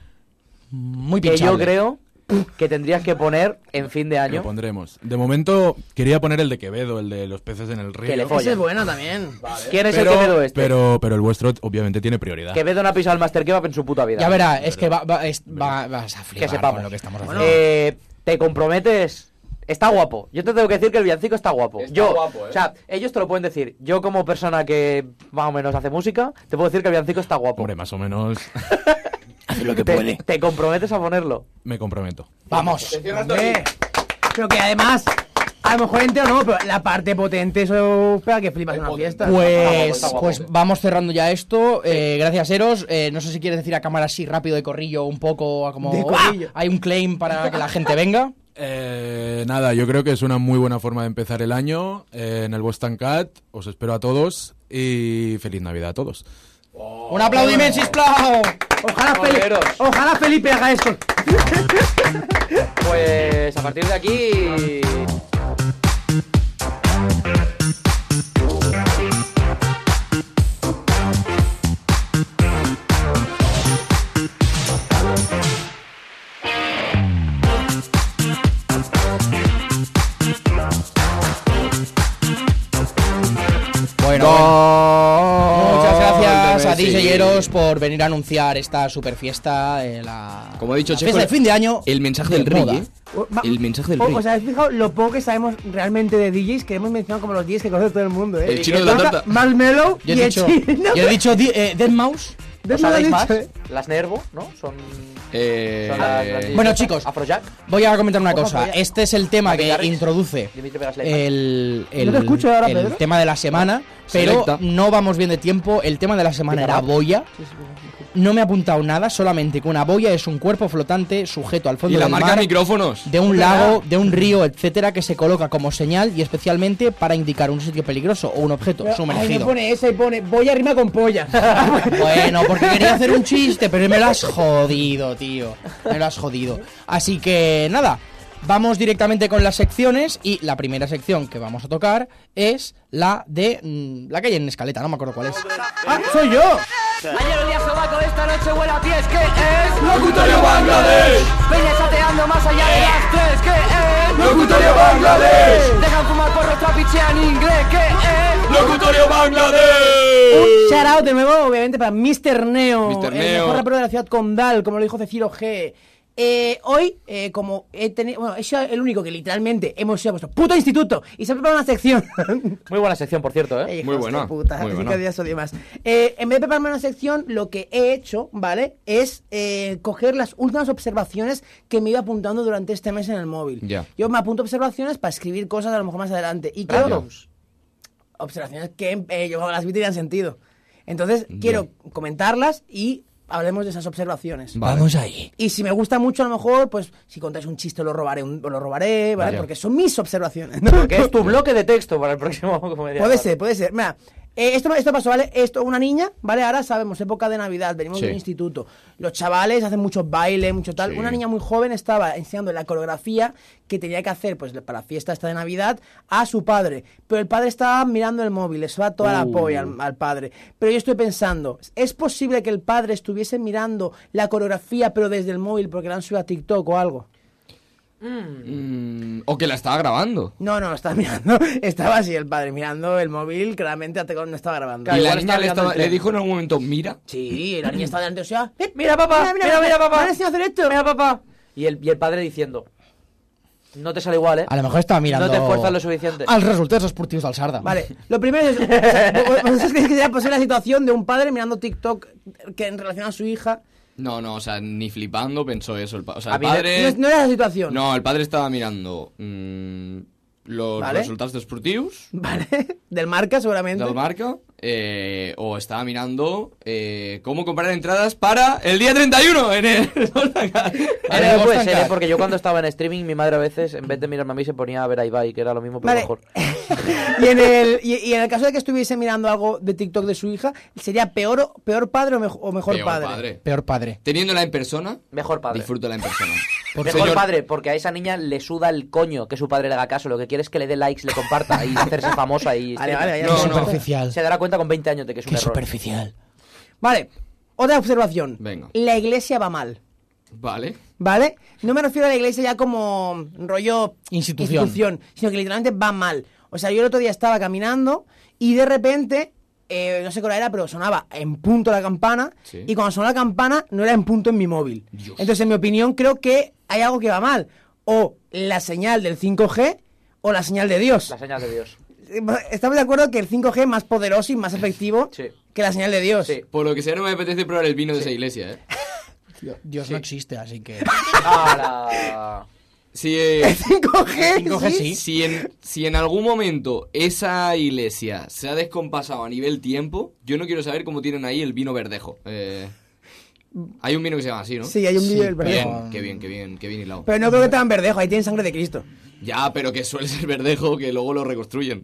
[SPEAKER 1] Muy
[SPEAKER 5] que
[SPEAKER 1] Uh. pinchable.
[SPEAKER 5] yo creo que tendrías que poner en fin de
[SPEAKER 9] Lo
[SPEAKER 5] año.
[SPEAKER 9] pondremos. De momento quería poner el de Quevedo, el de los peces en el río.
[SPEAKER 5] Que le
[SPEAKER 4] Ese
[SPEAKER 5] follan.
[SPEAKER 4] es bueno también.
[SPEAKER 1] ¿eh?
[SPEAKER 5] ¿Quién es
[SPEAKER 9] pero,
[SPEAKER 5] el Quevedo este?
[SPEAKER 9] pero, pero el vuestro obviamente tiene prioridad.
[SPEAKER 5] Quevedo no ha pisado el Master Kebab en su puta vida.
[SPEAKER 1] Ya verá, es que va, va- es- va- vas a
[SPEAKER 5] que
[SPEAKER 1] flipar
[SPEAKER 5] sepamos.
[SPEAKER 1] con lo que estamos
[SPEAKER 5] Bueno,
[SPEAKER 1] haciendo.
[SPEAKER 5] eh, te comprometes. Está guapo. Yo te tengo que decir que el villancico está guapo.
[SPEAKER 2] Está
[SPEAKER 5] yo,
[SPEAKER 2] guapo, ¿eh?
[SPEAKER 5] O sea, ellos te lo pueden decir. Yo, como persona que más o menos hace música, te puedo decir que el villancico está guapo.
[SPEAKER 9] Hombre, más o menos
[SPEAKER 1] Hace lo que
[SPEAKER 5] te, te comprometes a ponerlo.
[SPEAKER 9] me comprometo.
[SPEAKER 1] Vamos.
[SPEAKER 4] Hombre, Pero que además, a lo mejor entero no, pero la parte potente, eso pega que flipas en una fiesta.
[SPEAKER 1] Pues, pues vamos cerrando ya esto. Eh, gracias, Eros. Eh, no sé si quieres decir a cámara así rápido de corrillo un poco, a como
[SPEAKER 4] De corrillo.
[SPEAKER 1] ¡Ah! hay un claim para que la gente venga.
[SPEAKER 9] Eh, nada, yo creo que es una muy buena forma de empezar el año eh, en el Boston Cat. Os espero a todos y feliz Navidad a todos.
[SPEAKER 4] Oh.
[SPEAKER 1] un aplaudimiento, sisplau.
[SPEAKER 4] Ojalá, Felipe-
[SPEAKER 5] Boleros.
[SPEAKER 4] ojalá Felipe haga esto.
[SPEAKER 5] Pues a partir de aquí.
[SPEAKER 1] Bueno, bueno. muchas gracias a DJ Eros por venir a anunciar esta super fiesta. eh, la,
[SPEAKER 2] Como he dicho,
[SPEAKER 1] la
[SPEAKER 2] Checo,
[SPEAKER 1] fiesta de fin de año.
[SPEAKER 2] El mensaje
[SPEAKER 1] de
[SPEAKER 2] del rey,
[SPEAKER 1] moda.
[SPEAKER 2] ¿eh?
[SPEAKER 4] O- ma-
[SPEAKER 2] El mensaje del
[SPEAKER 4] o-
[SPEAKER 2] rey.
[SPEAKER 4] O sea, Oh, ¿habéis fijado lo poco que sabemos realmente de DJs que hemos mencionado como los DJs que conoce todo el mundo, ¿eh?
[SPEAKER 2] El chino de la tarta.
[SPEAKER 4] Marshmallow
[SPEAKER 1] Yo
[SPEAKER 4] y
[SPEAKER 1] he
[SPEAKER 4] el
[SPEAKER 1] dicho,
[SPEAKER 4] chino.
[SPEAKER 1] yo he dicho di- eh, Dead Mouse.
[SPEAKER 4] ¿No
[SPEAKER 1] ¿Os
[SPEAKER 4] lo
[SPEAKER 1] sabéis
[SPEAKER 4] he
[SPEAKER 1] más?
[SPEAKER 4] dicho, eh?
[SPEAKER 5] Las Nervo, ¿no? Son.
[SPEAKER 2] Eh,
[SPEAKER 5] son las- las-
[SPEAKER 1] Bueno, chicos.
[SPEAKER 5] Afrojack.
[SPEAKER 1] Voy a comentar una
[SPEAKER 4] Ojo,
[SPEAKER 1] cosa.
[SPEAKER 4] Afrojack.
[SPEAKER 1] Este es el tema que
[SPEAKER 5] Gares.
[SPEAKER 1] introduce
[SPEAKER 5] Dimitri Vegas Lehmann.
[SPEAKER 1] el, el-
[SPEAKER 4] ¿No te escucho ahora,
[SPEAKER 1] el
[SPEAKER 4] Pedro?
[SPEAKER 1] tema de la semana, pero
[SPEAKER 2] Selecta.
[SPEAKER 1] no vamos bien de tiempo. El tema de la semana era boya. No me he apuntado nada, solamente que una boya es un cuerpo flotante sujeto al
[SPEAKER 2] Y
[SPEAKER 1] fondo
[SPEAKER 2] la
[SPEAKER 1] del
[SPEAKER 2] marca
[SPEAKER 1] mar,
[SPEAKER 2] micrófonos.
[SPEAKER 1] de un lago, de un río, etcétera, que se coloca como señal y especialmente para indicar un sitio peligroso o un objeto
[SPEAKER 4] Ay,
[SPEAKER 1] sumergido.
[SPEAKER 4] me pone esa y pone voy a rima con polla.
[SPEAKER 1] Bueno, porque quería hacer un chiste, pero me lo has jodido, tío. Me lo has jodido. Así que nada, vamos directamente con las secciones y la primera sección que vamos a tocar es la de mm, la calle en Escaleta, no me acuerdo cuál es.
[SPEAKER 4] ¡Ah, soy yo!
[SPEAKER 10] Ayer el día sobaco, esta noche huele a ti, es que es
[SPEAKER 2] Locutorio Bangladesh.
[SPEAKER 10] Peña chateando más allá de las tres, que es
[SPEAKER 2] Locutorio Bangladesh.
[SPEAKER 10] Dejan fumar porro, trapichean inglés, que es
[SPEAKER 2] Locutorio
[SPEAKER 4] Un
[SPEAKER 2] Bangladesh.
[SPEAKER 4] shout out de nuevo, obviamente, para Mr. Neo,
[SPEAKER 2] Mr.
[SPEAKER 4] el
[SPEAKER 2] Neo.
[SPEAKER 4] mejor rapero de la ciudad condal, como lo dijo Cecilio G. Eh, hoy, eh, como he tenido. Bueno, he sido el único que literalmente hemos ido a vuestro puto instituto y se ha preparado una sección.
[SPEAKER 5] Muy buena sección, por cierto, ¿eh?
[SPEAKER 4] Hijos
[SPEAKER 2] Muy
[SPEAKER 4] de
[SPEAKER 2] buena,
[SPEAKER 4] puta,
[SPEAKER 2] muy
[SPEAKER 4] así
[SPEAKER 2] buena.
[SPEAKER 4] que días odio más. Eh, en vez de prepararme una sección, lo que he hecho, ¿vale? Es eh, coger las últimas observaciones que me iba apuntando durante este mes en el móvil.
[SPEAKER 2] Ya.
[SPEAKER 4] Yo me apunto observaciones para escribir cosas a lo mejor más adelante. Y quiero-
[SPEAKER 5] Randoms.
[SPEAKER 4] observaciones que eh, yo las vi y tenían sentido. Entonces, quiero comentarlas y hablemos de esas observaciones.
[SPEAKER 1] Vamos ahí.
[SPEAKER 4] Y si me gusta mucho, a lo mejor, pues si contáis un chiste, lo robaré, un- lo robaré, ¿vale?
[SPEAKER 2] Ya.
[SPEAKER 4] Porque son mis observaciones.
[SPEAKER 5] Que es tu bloque de texto para el próximo comedia.
[SPEAKER 4] Puede ser, puede ser. Mira, eh, esto, esto pasó, ¿vale? Esto, una niña, ¿vale? Ahora sabemos, época de Navidad, venimos
[SPEAKER 2] Sí.
[SPEAKER 4] de un instituto. Los chavales hacen muchos bailes, mucho tal.
[SPEAKER 2] Sí.
[SPEAKER 4] Una niña muy joven estaba enseñando la coreografía que tenía que hacer, pues, para la fiesta esta de Navidad, a su padre. Pero el padre estaba mirando el móvil, eso va toda
[SPEAKER 2] Uh.
[SPEAKER 4] la polla al, al padre. Pero yo estoy pensando, ¿es posible que el padre estuviese mirando la coreografía, pero desde el móvil, porque la han subido a TikTok o algo?
[SPEAKER 2] Mm, o que la estaba grabando.
[SPEAKER 4] No, no, estaba mirando, estaba así el padre mirando el móvil, claramente hasta cuando no estaba grabando.
[SPEAKER 2] Y la
[SPEAKER 5] igual
[SPEAKER 2] niña
[SPEAKER 5] estaba
[SPEAKER 2] le,
[SPEAKER 5] mirando
[SPEAKER 2] estaba-
[SPEAKER 5] el
[SPEAKER 2] le
[SPEAKER 5] tren.
[SPEAKER 2] dijo en algún momento, mira.
[SPEAKER 4] Sí, la niña está delante, o sea, "Eh,
[SPEAKER 5] Mira, papá, mira, mira, papá.
[SPEAKER 4] me han enseñado a hacer esto.
[SPEAKER 5] Mira, papá. Y el, y el padre diciendo: No te sale igual, ¿eh?
[SPEAKER 1] A lo mejor estaba mirando
[SPEAKER 5] No te esfuerzas lo suficiente.
[SPEAKER 1] Al resultado esportius del Sarda.
[SPEAKER 4] Vale, lo primero es, o sea, ¿vosotros creéis que será posible la situación de un padre mirando TikTok que en relación a su hija?
[SPEAKER 2] No, no, o sea, ni flipando pensó eso. El pa- o sea,
[SPEAKER 5] A
[SPEAKER 2] el
[SPEAKER 5] mí de-
[SPEAKER 2] padre.
[SPEAKER 4] No, es- no era la situación.
[SPEAKER 2] Eh, No, el padre estaba mirando mm, los
[SPEAKER 4] Vale.
[SPEAKER 2] resultados deportivos
[SPEAKER 4] Vale, del marca seguramente.
[SPEAKER 2] del marca eh, o estaba mirando eh, cómo comprar entradas para el día 31 en el
[SPEAKER 5] Vale,
[SPEAKER 1] Era
[SPEAKER 5] no
[SPEAKER 1] de
[SPEAKER 5] puede
[SPEAKER 1] Boston
[SPEAKER 5] ser, ¿eh?
[SPEAKER 1] Cat.
[SPEAKER 5] porque yo cuando estaba en streaming, mi madre a veces, en vez de mirarme a mí, se ponía a ver a Ibai, que era lo mismo, pero
[SPEAKER 4] Vale.
[SPEAKER 5] mejor.
[SPEAKER 4] y, en el, y, y en el caso de que estuviese mirando algo de TikTok de su hija, ¿sería peor, o- peor padre o, mejo- o mejor
[SPEAKER 2] Peor
[SPEAKER 4] padre?
[SPEAKER 1] Peor padre.
[SPEAKER 2] Teniéndola en persona,
[SPEAKER 5] Mejor padre.
[SPEAKER 2] disfrútala en persona.
[SPEAKER 5] mejor padre, porque a esa niña le suda el coño que su padre le haga caso. Lo que quiere es que le dé likes, le comparta y hacerse famosa y.
[SPEAKER 4] Vale, vale, ya
[SPEAKER 2] No,
[SPEAKER 4] me
[SPEAKER 2] no.
[SPEAKER 4] suelto.
[SPEAKER 1] Superficial.
[SPEAKER 5] Se dará cuenta con 20 años de que es un
[SPEAKER 1] Qué
[SPEAKER 5] error.
[SPEAKER 1] superficial.
[SPEAKER 4] Vale, otra observación.
[SPEAKER 2] Venga.
[SPEAKER 4] La iglesia va mal.
[SPEAKER 2] Vale.
[SPEAKER 4] ¿Vale? No me refiero a la iglesia ya como rollo
[SPEAKER 1] Institución.
[SPEAKER 4] sino que literalmente va mal. O sea, yo el otro día estaba caminando y de repente, eh, no sé cuál era, pero sonaba en punto la campana
[SPEAKER 2] Sí.
[SPEAKER 4] y cuando sonó la campana no era en punto en mi móvil. Entonces, en mi opinión, creo que hay algo que va mal. O la señal del 5G o la señal de Dios.
[SPEAKER 5] La señal de Dios.
[SPEAKER 4] Estamos de acuerdo que el 5G es más poderoso y más efectivo
[SPEAKER 5] Sí.
[SPEAKER 4] que la señal de Dios.
[SPEAKER 5] Sí.
[SPEAKER 2] Por lo que sea, no me apetece probar el vino de esa iglesia, ¿eh?
[SPEAKER 1] Dios no existe, así que.
[SPEAKER 5] ¡Hala!
[SPEAKER 2] Si, eh,
[SPEAKER 4] 5G,
[SPEAKER 1] 5G
[SPEAKER 4] sí.
[SPEAKER 1] sí.
[SPEAKER 2] si, en, si en algún momento esa iglesia se ha descompasado a nivel tiempo, yo no quiero saber cómo tienen ahí el vino verdejo. Eh, hay un vino que se llama así, ¿no?
[SPEAKER 4] Sí, hay un
[SPEAKER 1] Sí,
[SPEAKER 4] vídeo del
[SPEAKER 1] pero-
[SPEAKER 4] verdejo.
[SPEAKER 2] Bien, qué bien, qué bien, qué bien hilado.
[SPEAKER 4] Pero no creo que te hagan verdejo, ahí tienen sangre de Cristo.
[SPEAKER 2] Ya, pero que suele ser verdejo que luego lo reconstruyen.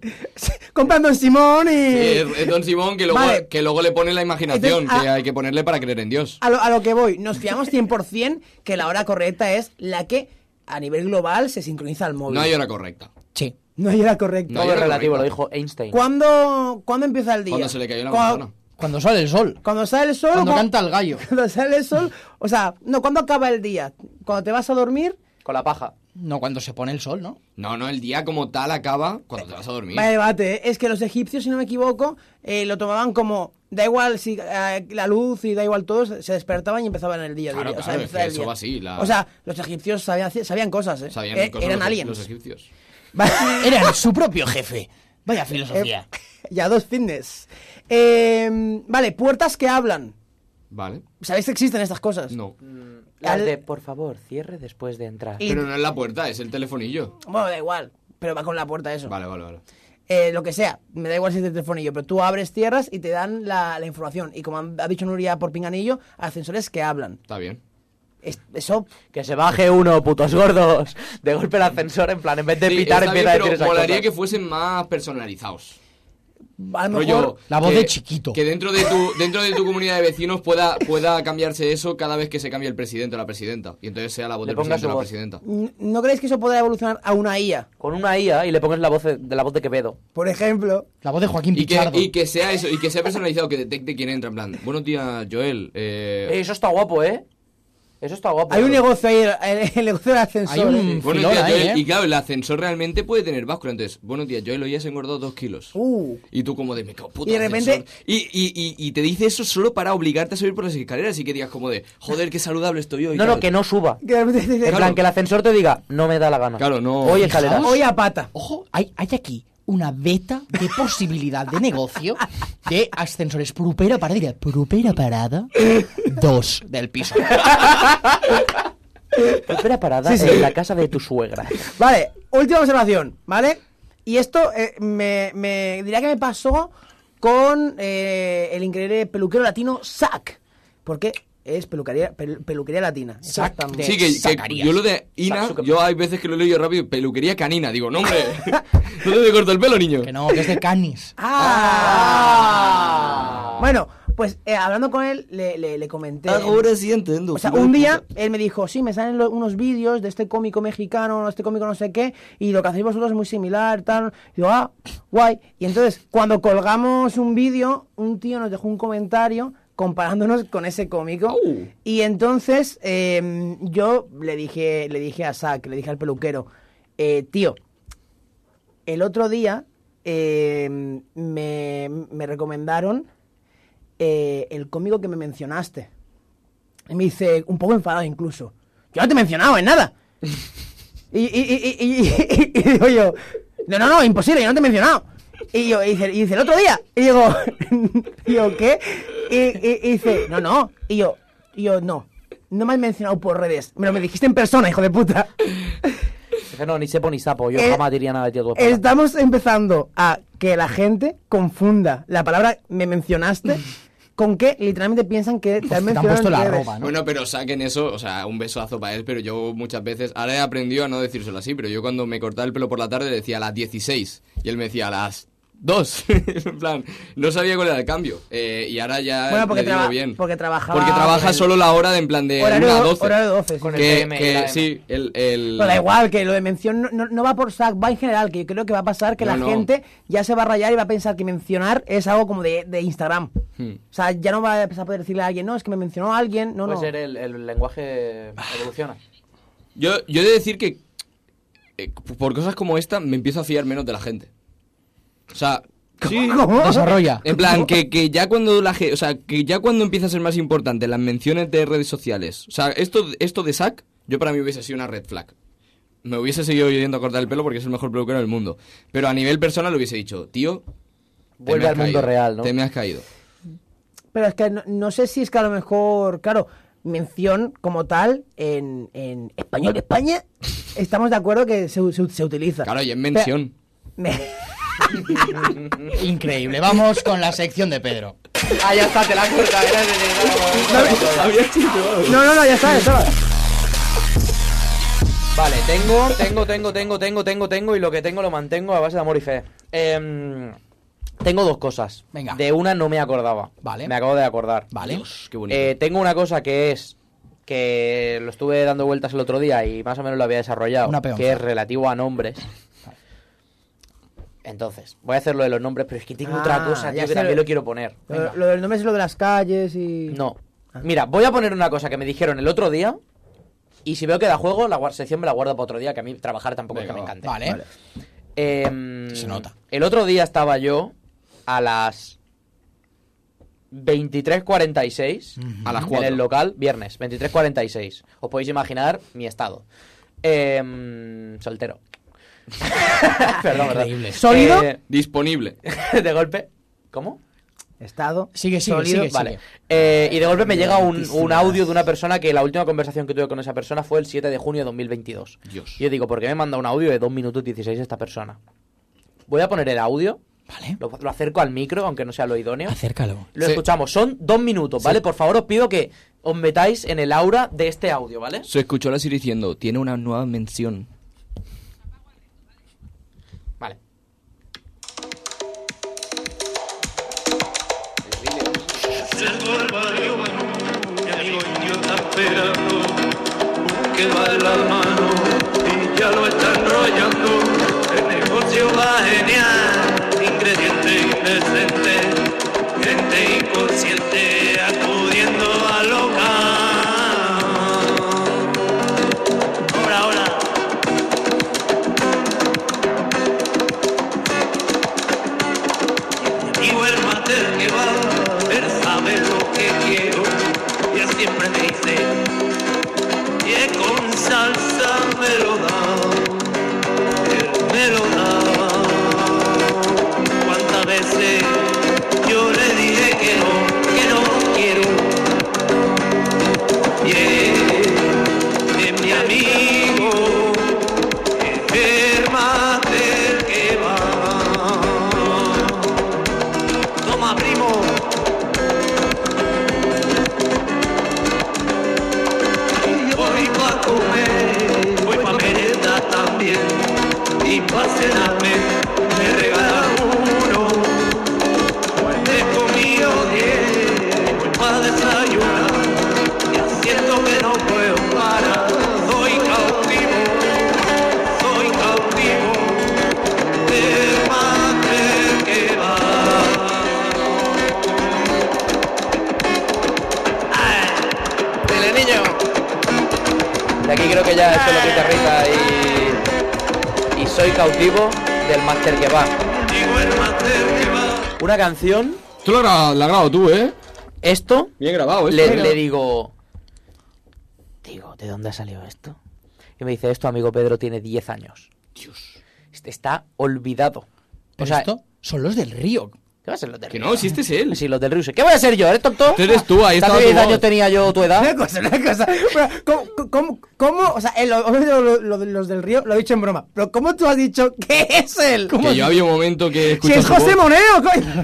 [SPEAKER 4] Compran Don Simón y.
[SPEAKER 2] Es, es Don Simón que luego,
[SPEAKER 4] Vale.
[SPEAKER 2] que luego le pone la imaginación,
[SPEAKER 4] Entonces,
[SPEAKER 2] que
[SPEAKER 4] ah-
[SPEAKER 2] hay que ponerle para creer en Dios.
[SPEAKER 4] A lo, a lo que voy, nos fiamos 100% que la hora correcta es la que a nivel global se sincroniza al móvil.
[SPEAKER 2] No hay hora correcta.
[SPEAKER 1] Sí.
[SPEAKER 4] No hay hora correcta.
[SPEAKER 2] No hay
[SPEAKER 5] Todo es
[SPEAKER 2] hora
[SPEAKER 5] relativo, lo
[SPEAKER 2] correcta.
[SPEAKER 5] dijo Einstein.
[SPEAKER 4] ¿Cuándo, ¿Cuándo empieza el día?
[SPEAKER 2] Cuando se le cayó la
[SPEAKER 4] Cuando-
[SPEAKER 2] manzana.
[SPEAKER 1] Cuando sale el sol.
[SPEAKER 4] Cuando sale el sol. o
[SPEAKER 1] Cuando
[SPEAKER 4] cuan-
[SPEAKER 1] canta el gallo.
[SPEAKER 4] Cuando sale el sol. O sea, no, ¿cuándo acaba el día? ¿Cuando te vas a dormir?
[SPEAKER 5] Con la paja.
[SPEAKER 1] No, cuando se pone el sol, ¿no?
[SPEAKER 2] No, no, el día como tal acaba cuando te vas a dormir.
[SPEAKER 4] Vaya debate, ¿eh? es que los egipcios, si no me equivoco, eh, lo tomaban como. Da igual si eh, la luz y da igual todo, se despertaban y empezaban el día.
[SPEAKER 2] Claro,
[SPEAKER 4] diría.
[SPEAKER 2] claro, es
[SPEAKER 4] empezaba
[SPEAKER 2] que
[SPEAKER 4] el
[SPEAKER 2] eso
[SPEAKER 4] día.
[SPEAKER 2] va así, la-
[SPEAKER 4] O sea, los egipcios sabían, sabían cosas, ¿eh?
[SPEAKER 2] Sabían
[SPEAKER 4] Eh,
[SPEAKER 2] cosas
[SPEAKER 4] eran
[SPEAKER 2] los- e-
[SPEAKER 4] aliens.
[SPEAKER 2] los egipcios.
[SPEAKER 1] Era su propio jefe. Vaya
[SPEAKER 4] eh,
[SPEAKER 11] Eh,
[SPEAKER 1] filosofía.
[SPEAKER 4] ya dos fitness. Eh, vale, puertas que hablan.
[SPEAKER 2] Vale.
[SPEAKER 4] ¿Sabéis que existen estas cosas?
[SPEAKER 2] No.
[SPEAKER 5] Las
[SPEAKER 4] Al-
[SPEAKER 5] de, por favor, cierre después de entrar.
[SPEAKER 4] Y-
[SPEAKER 2] Pero no es la puerta, es el telefonillo.
[SPEAKER 4] Bueno, da igual, pero va con la puerta eso.
[SPEAKER 2] Vale, vale, vale.
[SPEAKER 4] Eh, lo que sea, me da igual si es de telefonillo, pero tú abres tierras y te dan la, la información. Y como han- ha dicho Nuria por pinganillo, ascensores que hablan.
[SPEAKER 2] Está bien.
[SPEAKER 4] Es- eso,
[SPEAKER 5] Que se baje uno, putos gordos. De golpe el ascensor, en plan, en vez de
[SPEAKER 2] Sí,
[SPEAKER 5] pitar,
[SPEAKER 2] está bien,
[SPEAKER 5] empieza a
[SPEAKER 2] pero
[SPEAKER 5] decir esas
[SPEAKER 2] molaría
[SPEAKER 5] cosas.
[SPEAKER 2] que fuesen más personalizados.
[SPEAKER 4] a lo
[SPEAKER 2] Rollo,
[SPEAKER 4] mejor.
[SPEAKER 11] La voz
[SPEAKER 2] que-
[SPEAKER 11] de chiquito.
[SPEAKER 2] Que dentro de tu, dentro de tu comunidad de vecinos pueda, pueda cambiarse eso cada vez que se cambie el presidente o la presidenta. Y entonces sea la voz
[SPEAKER 5] Le
[SPEAKER 2] del
[SPEAKER 5] ponga
[SPEAKER 2] presidente o
[SPEAKER 5] su
[SPEAKER 2] la
[SPEAKER 5] voz.
[SPEAKER 2] presidenta.
[SPEAKER 4] n- ¿No creéis que eso podrá evolucionar a una IA?
[SPEAKER 5] Con una IA y le pones la voz de, de la voz de Quevedo.
[SPEAKER 4] Por ejemplo.
[SPEAKER 11] La voz de Joaquín
[SPEAKER 2] Y que,
[SPEAKER 11] Pichardo.
[SPEAKER 2] y que sea eso, y que sea personalizado, que detecte quién entra. En plan, buenos días, Joel. Eh,
[SPEAKER 5] Eso está guapo, ¿eh? Eso está guapo.
[SPEAKER 4] Hay un negocio ahí, el, el negocio del ascensor.
[SPEAKER 11] Hay un
[SPEAKER 2] buenos
[SPEAKER 11] filón
[SPEAKER 2] días,
[SPEAKER 11] ahí,
[SPEAKER 2] Joel.
[SPEAKER 11] ¿eh?
[SPEAKER 2] Y claro, el ascensor realmente puede tener báscula. Entonces, buenos días, Joel. Hoy has engordado dos kilos.
[SPEAKER 4] Uh,
[SPEAKER 2] Y tú como de, me cago en puto
[SPEAKER 4] Y de repente-
[SPEAKER 2] ascensor. Y, y, y, y te dice eso solo para obligarte a subir por las escaleras y que digas como de, joder, qué saludable estoy hoy.
[SPEAKER 5] No,
[SPEAKER 2] tal.
[SPEAKER 5] no, que no suba.
[SPEAKER 4] que de repente te
[SPEAKER 5] En
[SPEAKER 4] dice,
[SPEAKER 5] plan, que el ascensor te diga, no me da la gana.
[SPEAKER 2] Claro, no.
[SPEAKER 5] Hoy escaleras.
[SPEAKER 4] Hoy a pata.
[SPEAKER 11] Ojo, hay, hay aquí una beta de posibilidad de negocio de ascensores. Propera parada. Mira, propera parada. Dos del piso.
[SPEAKER 5] Espera parada en la casa de tu suegra.
[SPEAKER 4] Vale, última observación, ¿vale? Y esto eh, me, me diría que me pasó con eh, el increíble peluquero latino Zack. Porque es peluquería, pel- peluquería latina.
[SPEAKER 11] Zack
[SPEAKER 4] Exactamente.
[SPEAKER 11] de-
[SPEAKER 2] Sí, que, que
[SPEAKER 11] Zacarías.
[SPEAKER 2] yo lo de Ina,
[SPEAKER 5] Zuckerberg.
[SPEAKER 2] yo hay veces que lo leo yo rápido, peluquería canina. Digo, no, hombre, no te corto el pelo, niño.
[SPEAKER 11] Que no, que es de Canis.
[SPEAKER 4] ¡Ah! Bueno, pues eh, hablando con él, le, le- le comenté.
[SPEAKER 2] sí entiendo.
[SPEAKER 4] O sea, un día él me dijo, sí, me salen lo- unos vídeos de este cómico mexicano, este cómico no sé qué, y lo que hacéis vosotros es muy similar, tal. Y yo, ah, guay. Y entonces, cuando colgamos un vídeo, un tío nos dejó un comentario comparándonos con ese cómico. Y entonces eh, yo le dije, le dije a Zack, le dije al peluquero, "Eh, tío, el otro día eh, me, me recomendaron eh, el cómico que me mencionaste. Y me dice, un poco enfadado incluso, yo no te he mencionado en nada. y, y, y- y- y- y digo yo, no, no, no, imposible, yo no te he mencionado. Y yo, y dice, y dice, el otro día. Y digo, y yo, ¿qué? Y, y- y dice, no, no. Y yo, y yo, no, no me has mencionado por redes. Me lo me dijiste en persona, hijo de puta.
[SPEAKER 5] Dice, no, ni sepo ni sapo. Yo
[SPEAKER 4] Eh,
[SPEAKER 5] jamás diría nada de ti a tu espalda.
[SPEAKER 4] Estamos empezando a que la gente confunda la palabra me mencionaste con que literalmente piensan que te
[SPEAKER 11] Pues
[SPEAKER 4] han
[SPEAKER 11] te han
[SPEAKER 4] mencionado.
[SPEAKER 11] puesto
[SPEAKER 4] en
[SPEAKER 11] la
[SPEAKER 4] redes.
[SPEAKER 11] ropa, ¿no?
[SPEAKER 2] Bueno, pero saquen eso, o sea, un besazo para él, pero yo muchas veces, ahora he aprendido a no decírselo así, pero yo cuando me cortaba el pelo por la tarde le decía a las 16 y él me decía a las 2. en plan, no sabía cuál era el cambio. eh, y ahora ya
[SPEAKER 4] Bueno, porque
[SPEAKER 2] le digo
[SPEAKER 4] traba-
[SPEAKER 2] bien.
[SPEAKER 4] porque trabajaba
[SPEAKER 2] Porque trabaja
[SPEAKER 4] con el-
[SPEAKER 2] solo la hora de en plan de
[SPEAKER 4] Horario,
[SPEAKER 2] 1 a 12.
[SPEAKER 4] horario 12. sí.
[SPEAKER 5] Con el
[SPEAKER 2] que,
[SPEAKER 5] PM y
[SPEAKER 2] que
[SPEAKER 5] la M.
[SPEAKER 2] sí, el... el-
[SPEAKER 4] Pero da igual, que lo de mención no, no- no va por sac, va en general, que yo creo que va a pasar que
[SPEAKER 2] No,
[SPEAKER 4] la
[SPEAKER 2] no.
[SPEAKER 4] gente ya se va a rayar y va a pensar que mencionar es algo como de, de Instagram.
[SPEAKER 2] Hmm.
[SPEAKER 4] O sea, ya no va a empezar a poder decirle a alguien, no, es que me mencionó alguien, no,
[SPEAKER 5] Puede
[SPEAKER 4] no.
[SPEAKER 5] ser eh. el, el lenguaje evoluciona.
[SPEAKER 2] Yo, yo he de decir que eh, por cosas como esta me empiezo a fiar menos de la gente. O sea, sí,
[SPEAKER 11] Desarrolla.
[SPEAKER 2] en plan que, que ya cuando la ge- o sea, que ya cuando empieza a ser más importante las menciones de redes sociales. O sea, esto esto de Sack, yo para mí hubiese sido una red flag. Me hubiese seguido yendo a cortar el pelo porque es el mejor peluquero del mundo. Pero a nivel personal hubiese dicho, tío, te me
[SPEAKER 5] Vuelve
[SPEAKER 2] has
[SPEAKER 5] al mundo
[SPEAKER 2] caído,
[SPEAKER 5] real, ¿no?
[SPEAKER 2] Te me has caído.
[SPEAKER 4] Pero es que no, no sé si es que a lo mejor, claro, mención como tal en, en español de España, estamos de acuerdo que se, se- se utiliza.
[SPEAKER 2] Claro, y es
[SPEAKER 4] Pero-
[SPEAKER 2] mención.
[SPEAKER 4] me-
[SPEAKER 11] Increíble. Vamos con la sección de Pedro.
[SPEAKER 5] Ah, ya está, te la corta.
[SPEAKER 4] no, no, no, ya está, ya está.
[SPEAKER 5] Vale, tengo, tengo, tengo, tengo, tengo, tengo, tengo, y lo que tengo lo mantengo a base de amor y fe. Em, tengo dos cosas.
[SPEAKER 11] Venga.
[SPEAKER 5] De una no me acordaba.
[SPEAKER 11] Vale.
[SPEAKER 5] Me acabo de acordar.
[SPEAKER 11] Vale.
[SPEAKER 2] Qué bonito.
[SPEAKER 5] Eh, tengo una cosa que es que lo estuve dando vueltas el otro día y más o menos lo había desarrollado,
[SPEAKER 11] Una peonza.
[SPEAKER 5] que es relativo a nombres. Entonces, voy a hacer lo de los nombres, pero es que tengo
[SPEAKER 4] Ah,
[SPEAKER 5] otra cosa,
[SPEAKER 4] ya
[SPEAKER 5] tío,
[SPEAKER 4] sé
[SPEAKER 5] que también
[SPEAKER 4] lo-
[SPEAKER 5] lo quiero poner.
[SPEAKER 4] Lo, lo del nombre es lo de las calles y...
[SPEAKER 5] No. Mira, voy a poner una cosa que me dijeron el otro día. Y si veo que da juego, la guar- sección me la guardo para otro día, que a mí trabajar tampoco es que me encante.
[SPEAKER 11] Vale.
[SPEAKER 5] Em,
[SPEAKER 11] Se nota.
[SPEAKER 5] El otro día estaba yo a las 23.46
[SPEAKER 2] A las
[SPEAKER 5] en el
[SPEAKER 2] 4.
[SPEAKER 5] local, viernes, 23.46. Os podéis imaginar mi estado. Em, soltero. Perdón, ¿verdad?
[SPEAKER 11] Increíble.
[SPEAKER 4] ¿Sólido?
[SPEAKER 5] Eh,
[SPEAKER 2] Disponible.
[SPEAKER 5] de golpe. ¿Cómo?
[SPEAKER 4] Estado.
[SPEAKER 11] Sigue, sigue,
[SPEAKER 4] sólido,
[SPEAKER 11] sigue,
[SPEAKER 5] Vale.
[SPEAKER 11] sigue.
[SPEAKER 5] Eh, y de golpe me llega un, un
[SPEAKER 4] Tantísimas.
[SPEAKER 5] audio de una persona que la última conversación que tuve con esa persona fue el 7 de junio de 2022.
[SPEAKER 2] Dios.
[SPEAKER 5] Y yo digo, ¿por qué me manda un audio de 2 minutos 16 esta persona? Voy a poner el audio.
[SPEAKER 11] Vale.
[SPEAKER 5] Lo, lo acerco al micro, aunque no sea lo idóneo.
[SPEAKER 11] Acércalo.
[SPEAKER 5] Lo
[SPEAKER 2] Sí.
[SPEAKER 5] escuchamos. Son dos minutos, ¿vale? Por favor, os pido que os metáis en el aura de este audio, ¿vale?
[SPEAKER 2] Se escuchó la Siri diciendo, tiene una nueva mención.
[SPEAKER 5] Vale.
[SPEAKER 12] Cerdo armario, mi amigo idiota esperando, que va de las manos y ya lo está enrollando. El negocio va genial, ingrediente indecente, gente inconsciente acudiendo a loca. Ahora, ahora. Digo el mater que va, él sabe lo que quiero, ya siempre me dice, que con salsa me lo da, él me lo da. Cuántas veces yo le dije que no, que no quiero, y él es mi amigo, es el mater que va. Toma, primo. Voy pa' comer, voy pa' merendar también. Y pa' cenarme, me regala uno. He comido diez, voy pa' desayunar. Ya siento que no puedo parar. Soy cautivo, soy cautivo. Del mate que va.
[SPEAKER 5] ¡Dile, niño! De aquí creo que ya esto es lo que te rita y. Y soy cautivo del máster que va. Una canción,
[SPEAKER 2] Tú lo gra- la has grabado tú, ¿eh?
[SPEAKER 5] esto,
[SPEAKER 2] Bien grabado, ¿eh?
[SPEAKER 5] le, le digo. Digo, ¿de dónde ha salido esto? Y me dice, esto, amigo Pedro, tiene 10 años.
[SPEAKER 2] Dios.
[SPEAKER 5] Este Está olvidado.
[SPEAKER 11] Pero
[SPEAKER 5] O sea,
[SPEAKER 11] esto son los del río.
[SPEAKER 5] ¿Qué va a ser los del
[SPEAKER 2] Que
[SPEAKER 5] Río?
[SPEAKER 2] no, si este es él.
[SPEAKER 5] Sí, los del Río. ¿Qué voy a ser yo? ¿Eres tonto?
[SPEAKER 2] Este eres tú, ahí
[SPEAKER 5] ¿Hace
[SPEAKER 2] estaba tu
[SPEAKER 5] 10
[SPEAKER 2] voz.
[SPEAKER 5] años tenía yo tu edad?
[SPEAKER 4] Una cosa, una cosa. Pero, ¿Cómo, cómo, cómo- o sea, el- obviamente lo- lo- los del río lo he dicho en broma, pero ¿cómo tú has dicho que es él?
[SPEAKER 2] Que yo había un momento que
[SPEAKER 4] Si
[SPEAKER 2] escuché
[SPEAKER 4] es
[SPEAKER 2] su
[SPEAKER 4] José
[SPEAKER 2] voz.
[SPEAKER 4] Moneo, coño.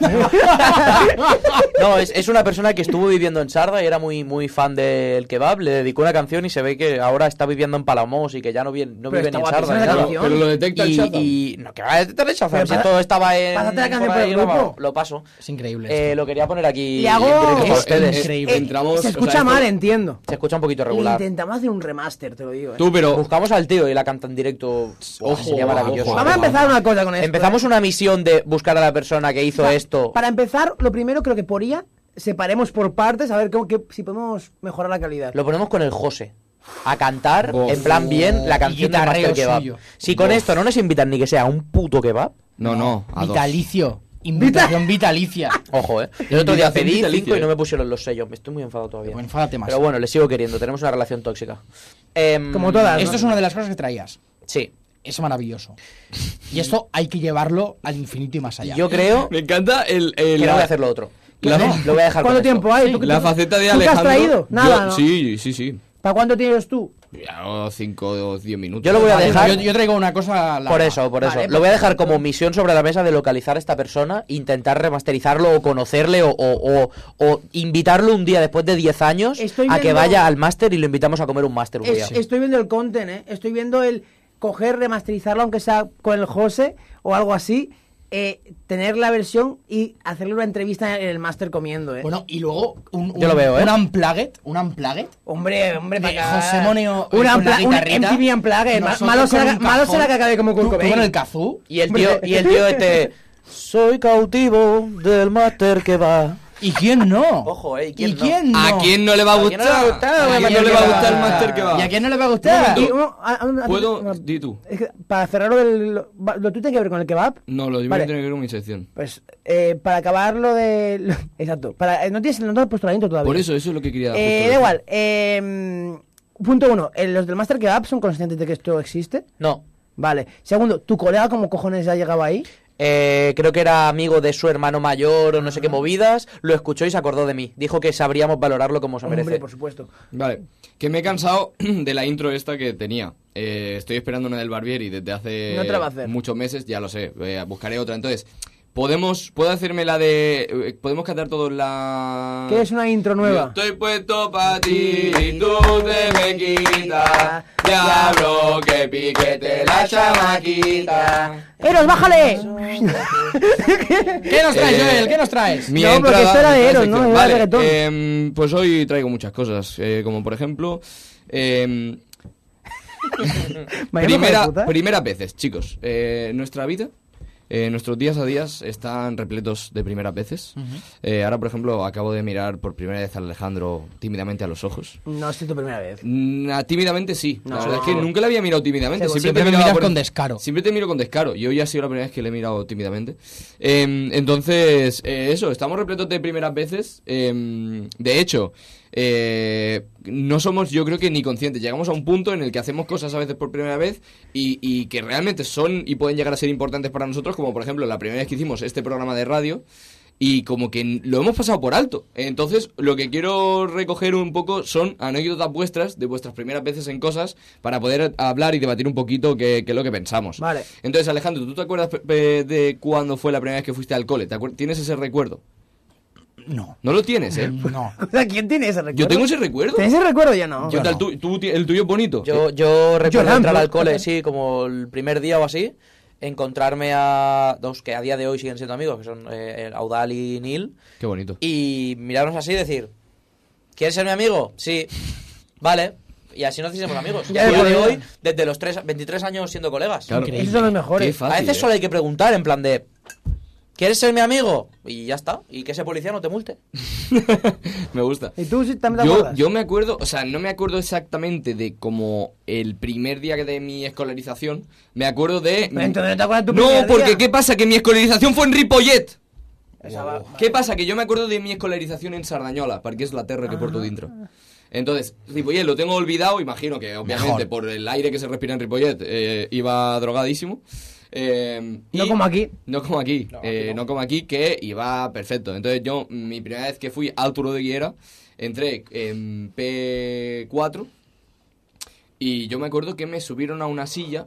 [SPEAKER 5] No, es, es una persona que estuvo viviendo en Sarda y era muy, muy fan del kebab. Le dedicó una canción y se ve que ahora está viviendo en Palamos y que ya no, vi-
[SPEAKER 4] Pero
[SPEAKER 5] no vive
[SPEAKER 4] está
[SPEAKER 5] ni en
[SPEAKER 4] guapísima esa
[SPEAKER 5] Sarda. ni nada.
[SPEAKER 4] canción.
[SPEAKER 2] Pero lo detecta el
[SPEAKER 5] y,
[SPEAKER 2] Shazam.
[SPEAKER 5] y- no, que va a detectar el Shazam,
[SPEAKER 4] Pero
[SPEAKER 5] si
[SPEAKER 4] pasa-
[SPEAKER 5] todo estaba en.
[SPEAKER 4] pásate la canción
[SPEAKER 5] por
[SPEAKER 4] por
[SPEAKER 5] ahí,
[SPEAKER 4] el
[SPEAKER 5] lo,
[SPEAKER 4] grupo.
[SPEAKER 5] lo paso.
[SPEAKER 11] Es increíble.
[SPEAKER 5] Eh, lo quería poner aquí.
[SPEAKER 4] Le hago-
[SPEAKER 5] en directo para
[SPEAKER 4] Es-
[SPEAKER 5] ustedes.
[SPEAKER 11] increíble.
[SPEAKER 4] Eh,
[SPEAKER 2] entramos,
[SPEAKER 4] se
[SPEAKER 2] o
[SPEAKER 4] escucha
[SPEAKER 2] sea, esto-
[SPEAKER 4] mal, entiendo.
[SPEAKER 5] Se escucha un poquito
[SPEAKER 4] Y
[SPEAKER 5] regular.
[SPEAKER 4] Intentamos hacer un remaster, te lo digo. eh.
[SPEAKER 2] Tú, pero...
[SPEAKER 5] Buscamos al tío y la canta en directo. Buah, sería
[SPEAKER 2] ojo,
[SPEAKER 5] maravilloso.
[SPEAKER 2] ojo.
[SPEAKER 4] Vamos a empezar una cosa con esto.
[SPEAKER 5] Empezamos una misión de buscar a la persona que hizo
[SPEAKER 4] Pa-
[SPEAKER 5] esto.
[SPEAKER 4] Para empezar, lo primero creo que por IA separemos por partes a ver cómo, qué- si podemos mejorar la calidad.
[SPEAKER 5] Lo ponemos con el José. A cantar,
[SPEAKER 2] Bof.
[SPEAKER 5] en plan bien, la
[SPEAKER 11] Y
[SPEAKER 5] canción del
[SPEAKER 11] guitarreo
[SPEAKER 5] Master Kebab.
[SPEAKER 11] suyo.
[SPEAKER 5] Si con esto no nos invitan ni que sea un puto kebab,
[SPEAKER 2] No, no, a dos.
[SPEAKER 11] Vitalicio. Invitación vitalicia.
[SPEAKER 5] ojo, eh. El otro día
[SPEAKER 2] Invitación
[SPEAKER 5] pedí
[SPEAKER 2] vitalicia,
[SPEAKER 5] cinco y no
[SPEAKER 2] eh.
[SPEAKER 5] me pusieron los sellos. Me estoy muy enfadado todavía.
[SPEAKER 11] Bueno, enfádate más.
[SPEAKER 5] Pero bueno, le sigo queriendo. Tenemos una relación tóxica. Em,
[SPEAKER 4] Como todas.
[SPEAKER 11] Esto es una de las cosas que traías.
[SPEAKER 5] Sí.
[SPEAKER 11] Es maravilloso. Y esto hay que llevarlo al infinito y más allá.
[SPEAKER 5] Yo creo
[SPEAKER 2] Me encanta el...
[SPEAKER 5] que
[SPEAKER 2] el
[SPEAKER 5] no
[SPEAKER 2] la,
[SPEAKER 5] voy a hacer lo otro.
[SPEAKER 2] la-
[SPEAKER 5] Lo voy a
[SPEAKER 4] ¿Cuánto
[SPEAKER 5] dejar con esto.
[SPEAKER 4] tiempo hay? ¿Tú qué-
[SPEAKER 2] la
[SPEAKER 4] tú-
[SPEAKER 2] faceta de
[SPEAKER 4] tú qué
[SPEAKER 2] Alejandro...
[SPEAKER 4] has traído?
[SPEAKER 2] Yo-
[SPEAKER 4] Nada, ¿no?
[SPEAKER 2] Sí, sí, sí.
[SPEAKER 4] ¿Para cuánto tienes tú?
[SPEAKER 2] Ya, o cinco o diez minutos.
[SPEAKER 5] Yo lo voy a
[SPEAKER 11] Vale,
[SPEAKER 5] dejar.
[SPEAKER 11] yo, yo traigo una cosa. larga.
[SPEAKER 5] Por eso, por eso.
[SPEAKER 11] Vale,
[SPEAKER 5] Lo voy a dejar como misión sobre la mesa de localizar a esta persona, intentar remasterizarlo o conocerle o, o- o- o invitarlo un día después de 10 años
[SPEAKER 4] Estoy
[SPEAKER 5] a que
[SPEAKER 4] viendo-
[SPEAKER 5] vaya al máster y lo invitamos a comer un máster un día.
[SPEAKER 4] Es- estoy viendo el content, eh. Estoy viendo el coger, remasterizarlo, aunque sea con el José o algo así. eh, tener la versión y hacerle una entrevista en el máster comiendo, eh.
[SPEAKER 11] Bueno, y luego un, un,
[SPEAKER 5] Yo lo veo, ¿eh?
[SPEAKER 11] un unplugged, un unplugged.
[SPEAKER 4] Hombre, hombre,
[SPEAKER 11] De
[SPEAKER 4] pa' acá.
[SPEAKER 11] eh, José Moneo, eh,
[SPEAKER 4] Una
[SPEAKER 11] con la
[SPEAKER 4] ampla- una
[SPEAKER 11] guitarrita.
[SPEAKER 4] MTV Unplugged. Ma-
[SPEAKER 11] Nosotros
[SPEAKER 4] Malo
[SPEAKER 11] con
[SPEAKER 4] será,
[SPEAKER 11] un
[SPEAKER 4] malo
[SPEAKER 11] cajón.
[SPEAKER 4] será que acabe como
[SPEAKER 11] Tú-
[SPEAKER 4] Kurt
[SPEAKER 11] tú
[SPEAKER 4] Cobain.
[SPEAKER 11] con el kazoo.
[SPEAKER 5] Y el tío, y el tío este. Soy cautivo del máster que va.
[SPEAKER 11] ¿Y quién no?
[SPEAKER 5] Ojo, eh, ¿y quién
[SPEAKER 11] ¿Y
[SPEAKER 5] no?
[SPEAKER 11] quién no?
[SPEAKER 2] ¿A quién no le va a
[SPEAKER 5] ¿A quién no le va a
[SPEAKER 2] gustar?
[SPEAKER 5] gustar?
[SPEAKER 2] ¿A quién no le va a gustar el Master que
[SPEAKER 11] ¿Y a
[SPEAKER 2] va?
[SPEAKER 11] quién no le va a gustar?
[SPEAKER 4] Y uno- a- a- a-
[SPEAKER 2] ¿Puedo?
[SPEAKER 4] una-
[SPEAKER 2] Di tú. Mm.
[SPEAKER 4] Es que para cerrar lo del. Lo, lo tú tienes que ver con el kebab.
[SPEAKER 2] No, lo
[SPEAKER 4] Vale.
[SPEAKER 2] primero tiene que ver con mi sección.
[SPEAKER 4] Pues eh, para acabar lo de. lo- exacto. Para, eh, no tienes no te has puesto la intro todavía.
[SPEAKER 2] Por eso, eso es lo que quería justo
[SPEAKER 4] Eh,
[SPEAKER 2] decir.
[SPEAKER 4] da igual. eh, punto uno. eh, los del Master Kebab son conscientes de que esto existe.
[SPEAKER 5] No.
[SPEAKER 4] Vale. Segundo, ¿tu colega como cojones ya llegaba ahí?
[SPEAKER 5] eh, creo que era amigo de su hermano mayor o no sé
[SPEAKER 4] Ah.
[SPEAKER 5] qué movidas, lo escuchó y se acordó de mí. Dijo que sabríamos valorarlo como se
[SPEAKER 4] Hombre,
[SPEAKER 5] merece.
[SPEAKER 4] por supuesto.
[SPEAKER 2] Vale, que me he cansado de la intro esta que tenía. Eh, estoy esperando una del Barbieri desde hace
[SPEAKER 4] No te la va a hacer.
[SPEAKER 2] muchos meses, ya lo sé. eh, buscaré otra. Entonces, podemos, puedo hacerme la de, eh, podemos cantar todos la.
[SPEAKER 4] ¿Qué es una intro nueva?
[SPEAKER 2] Yo Estoy puesto para ti y tú te me quitas. Diablo, que piquete la chamaquita.
[SPEAKER 4] ¡Eros, bájale!
[SPEAKER 11] ¿Qué nos traes,
[SPEAKER 2] Eh,
[SPEAKER 11] Joel? ¿Qué nos traes?
[SPEAKER 2] Mi
[SPEAKER 4] No, porque
[SPEAKER 2] entrada
[SPEAKER 4] esto era de
[SPEAKER 2] a esta
[SPEAKER 4] Eros, ¿no?
[SPEAKER 2] sección.
[SPEAKER 4] Era de
[SPEAKER 2] Vale,
[SPEAKER 4] reggaetón.
[SPEAKER 2] em, pues hoy traigo muchas cosas, eh, como por ejemplo... em,
[SPEAKER 4] Vaya hijo de
[SPEAKER 2] primera,
[SPEAKER 4] puta.
[SPEAKER 2] primeras veces, chicos. Eh, nuestra vida, eh, nuestros días a días están repletos de primeras veces. Eh, ahora, por ejemplo, acabo de mirar por primera vez a Alejandro tímidamente a los ojos.
[SPEAKER 4] No, es tu primera vez.
[SPEAKER 2] Mm, a tímidamente sí.
[SPEAKER 4] No.
[SPEAKER 2] la verdad es que nunca le había mirado tímidamente.
[SPEAKER 11] Sí,
[SPEAKER 2] Siempre,
[SPEAKER 11] siempre
[SPEAKER 2] te
[SPEAKER 11] me
[SPEAKER 2] miraba
[SPEAKER 11] miras
[SPEAKER 2] por-
[SPEAKER 11] con descaro.
[SPEAKER 2] Siempre te miro con descaro. Yo ya ha sido la primera vez que le he mirado tímidamente. Eh, entonces, eh, eso, estamos repletos de primeras veces. Eh, de hecho, eh, no somos, yo creo que ni conscientes. Llegamos a un punto en el que hacemos cosas a veces por primera vez y, y que realmente son y pueden llegar a ser importantes para nosotros, como por ejemplo la primera vez que hicimos este programa de radio y como que n- lo hemos pasado por alto. Entonces, lo que quiero recoger un poco son anécdotas vuestras, de vuestras primeras veces en cosas, para poder hablar y debatir un poquito qué, qué es lo que pensamos.
[SPEAKER 4] Vale.
[SPEAKER 2] Entonces, Alejandro, ¿tú te acuerdas pe- pe- de cuándo fue la primera vez que fuiste al cole? ¿Te acuer- ¿Tienes ese recuerdo?
[SPEAKER 11] No.
[SPEAKER 2] No lo tienes, ¿eh?
[SPEAKER 11] No.
[SPEAKER 4] O sea, ¿quién tiene ese recuerdo?
[SPEAKER 2] Yo tengo ese recuerdo.
[SPEAKER 4] ¿Tienes ese recuerdo? Yo no.
[SPEAKER 2] Yo tal, tú- tú ti- ¿El tuyo es bonito?
[SPEAKER 5] Yo, yo recuerdo
[SPEAKER 4] Llorando.
[SPEAKER 5] entrar al cole, sí, como el primer día o así, encontrarme a dos que a día de hoy siguen siendo amigos, que son eh, Audal y Neil,
[SPEAKER 2] Qué bonito.
[SPEAKER 5] y mirarnos así y decir, ¿quieres ser mi amigo? Sí, vale. Y así nos hicimos amigos.
[SPEAKER 4] Ya
[SPEAKER 5] a día
[SPEAKER 4] de
[SPEAKER 5] de
[SPEAKER 4] verdad.
[SPEAKER 5] hoy, desde los tres, 23 años siendo colegas.
[SPEAKER 2] Claro.
[SPEAKER 4] Esos son los mejores.
[SPEAKER 2] Qué fácil,
[SPEAKER 5] a veces
[SPEAKER 2] ¿eh?
[SPEAKER 5] solo hay que preguntar en plan de, ¿quieres ser mi amigo? Y ya está. Y que ese policía no te multe.
[SPEAKER 2] Me gusta.
[SPEAKER 4] ¿Y tú sí, también te
[SPEAKER 2] Yo,
[SPEAKER 4] acuerdas?
[SPEAKER 2] yo me acuerdo, o sea, no me acuerdo exactamente de como el primer día de mi escolarización. Me acuerdo de.
[SPEAKER 4] Pero entonces no te acuerdas tu
[SPEAKER 2] No,
[SPEAKER 4] primer
[SPEAKER 2] porque
[SPEAKER 4] día.
[SPEAKER 2] ¿qué pasa? Que mi escolarización fue en Ripollet.
[SPEAKER 4] Esa va-
[SPEAKER 2] ¿Qué pasa? Que yo me acuerdo de mi escolarización en Sardañola, porque es la terra que
[SPEAKER 4] Ah.
[SPEAKER 2] porto dentro. Entonces, Ripollet lo tengo olvidado, imagino que obviamente
[SPEAKER 11] Mejor.
[SPEAKER 2] por el aire que se respira en Ripollet eh, iba drogadísimo. Eh,
[SPEAKER 4] No
[SPEAKER 2] y-
[SPEAKER 4] como aquí.
[SPEAKER 2] no como aquí, eh, no, como aquí, que iba perfecto. Entonces yo, mi primera vez que fui al Turo de Guiera, entré en P4 y yo me acuerdo que me subieron a una silla,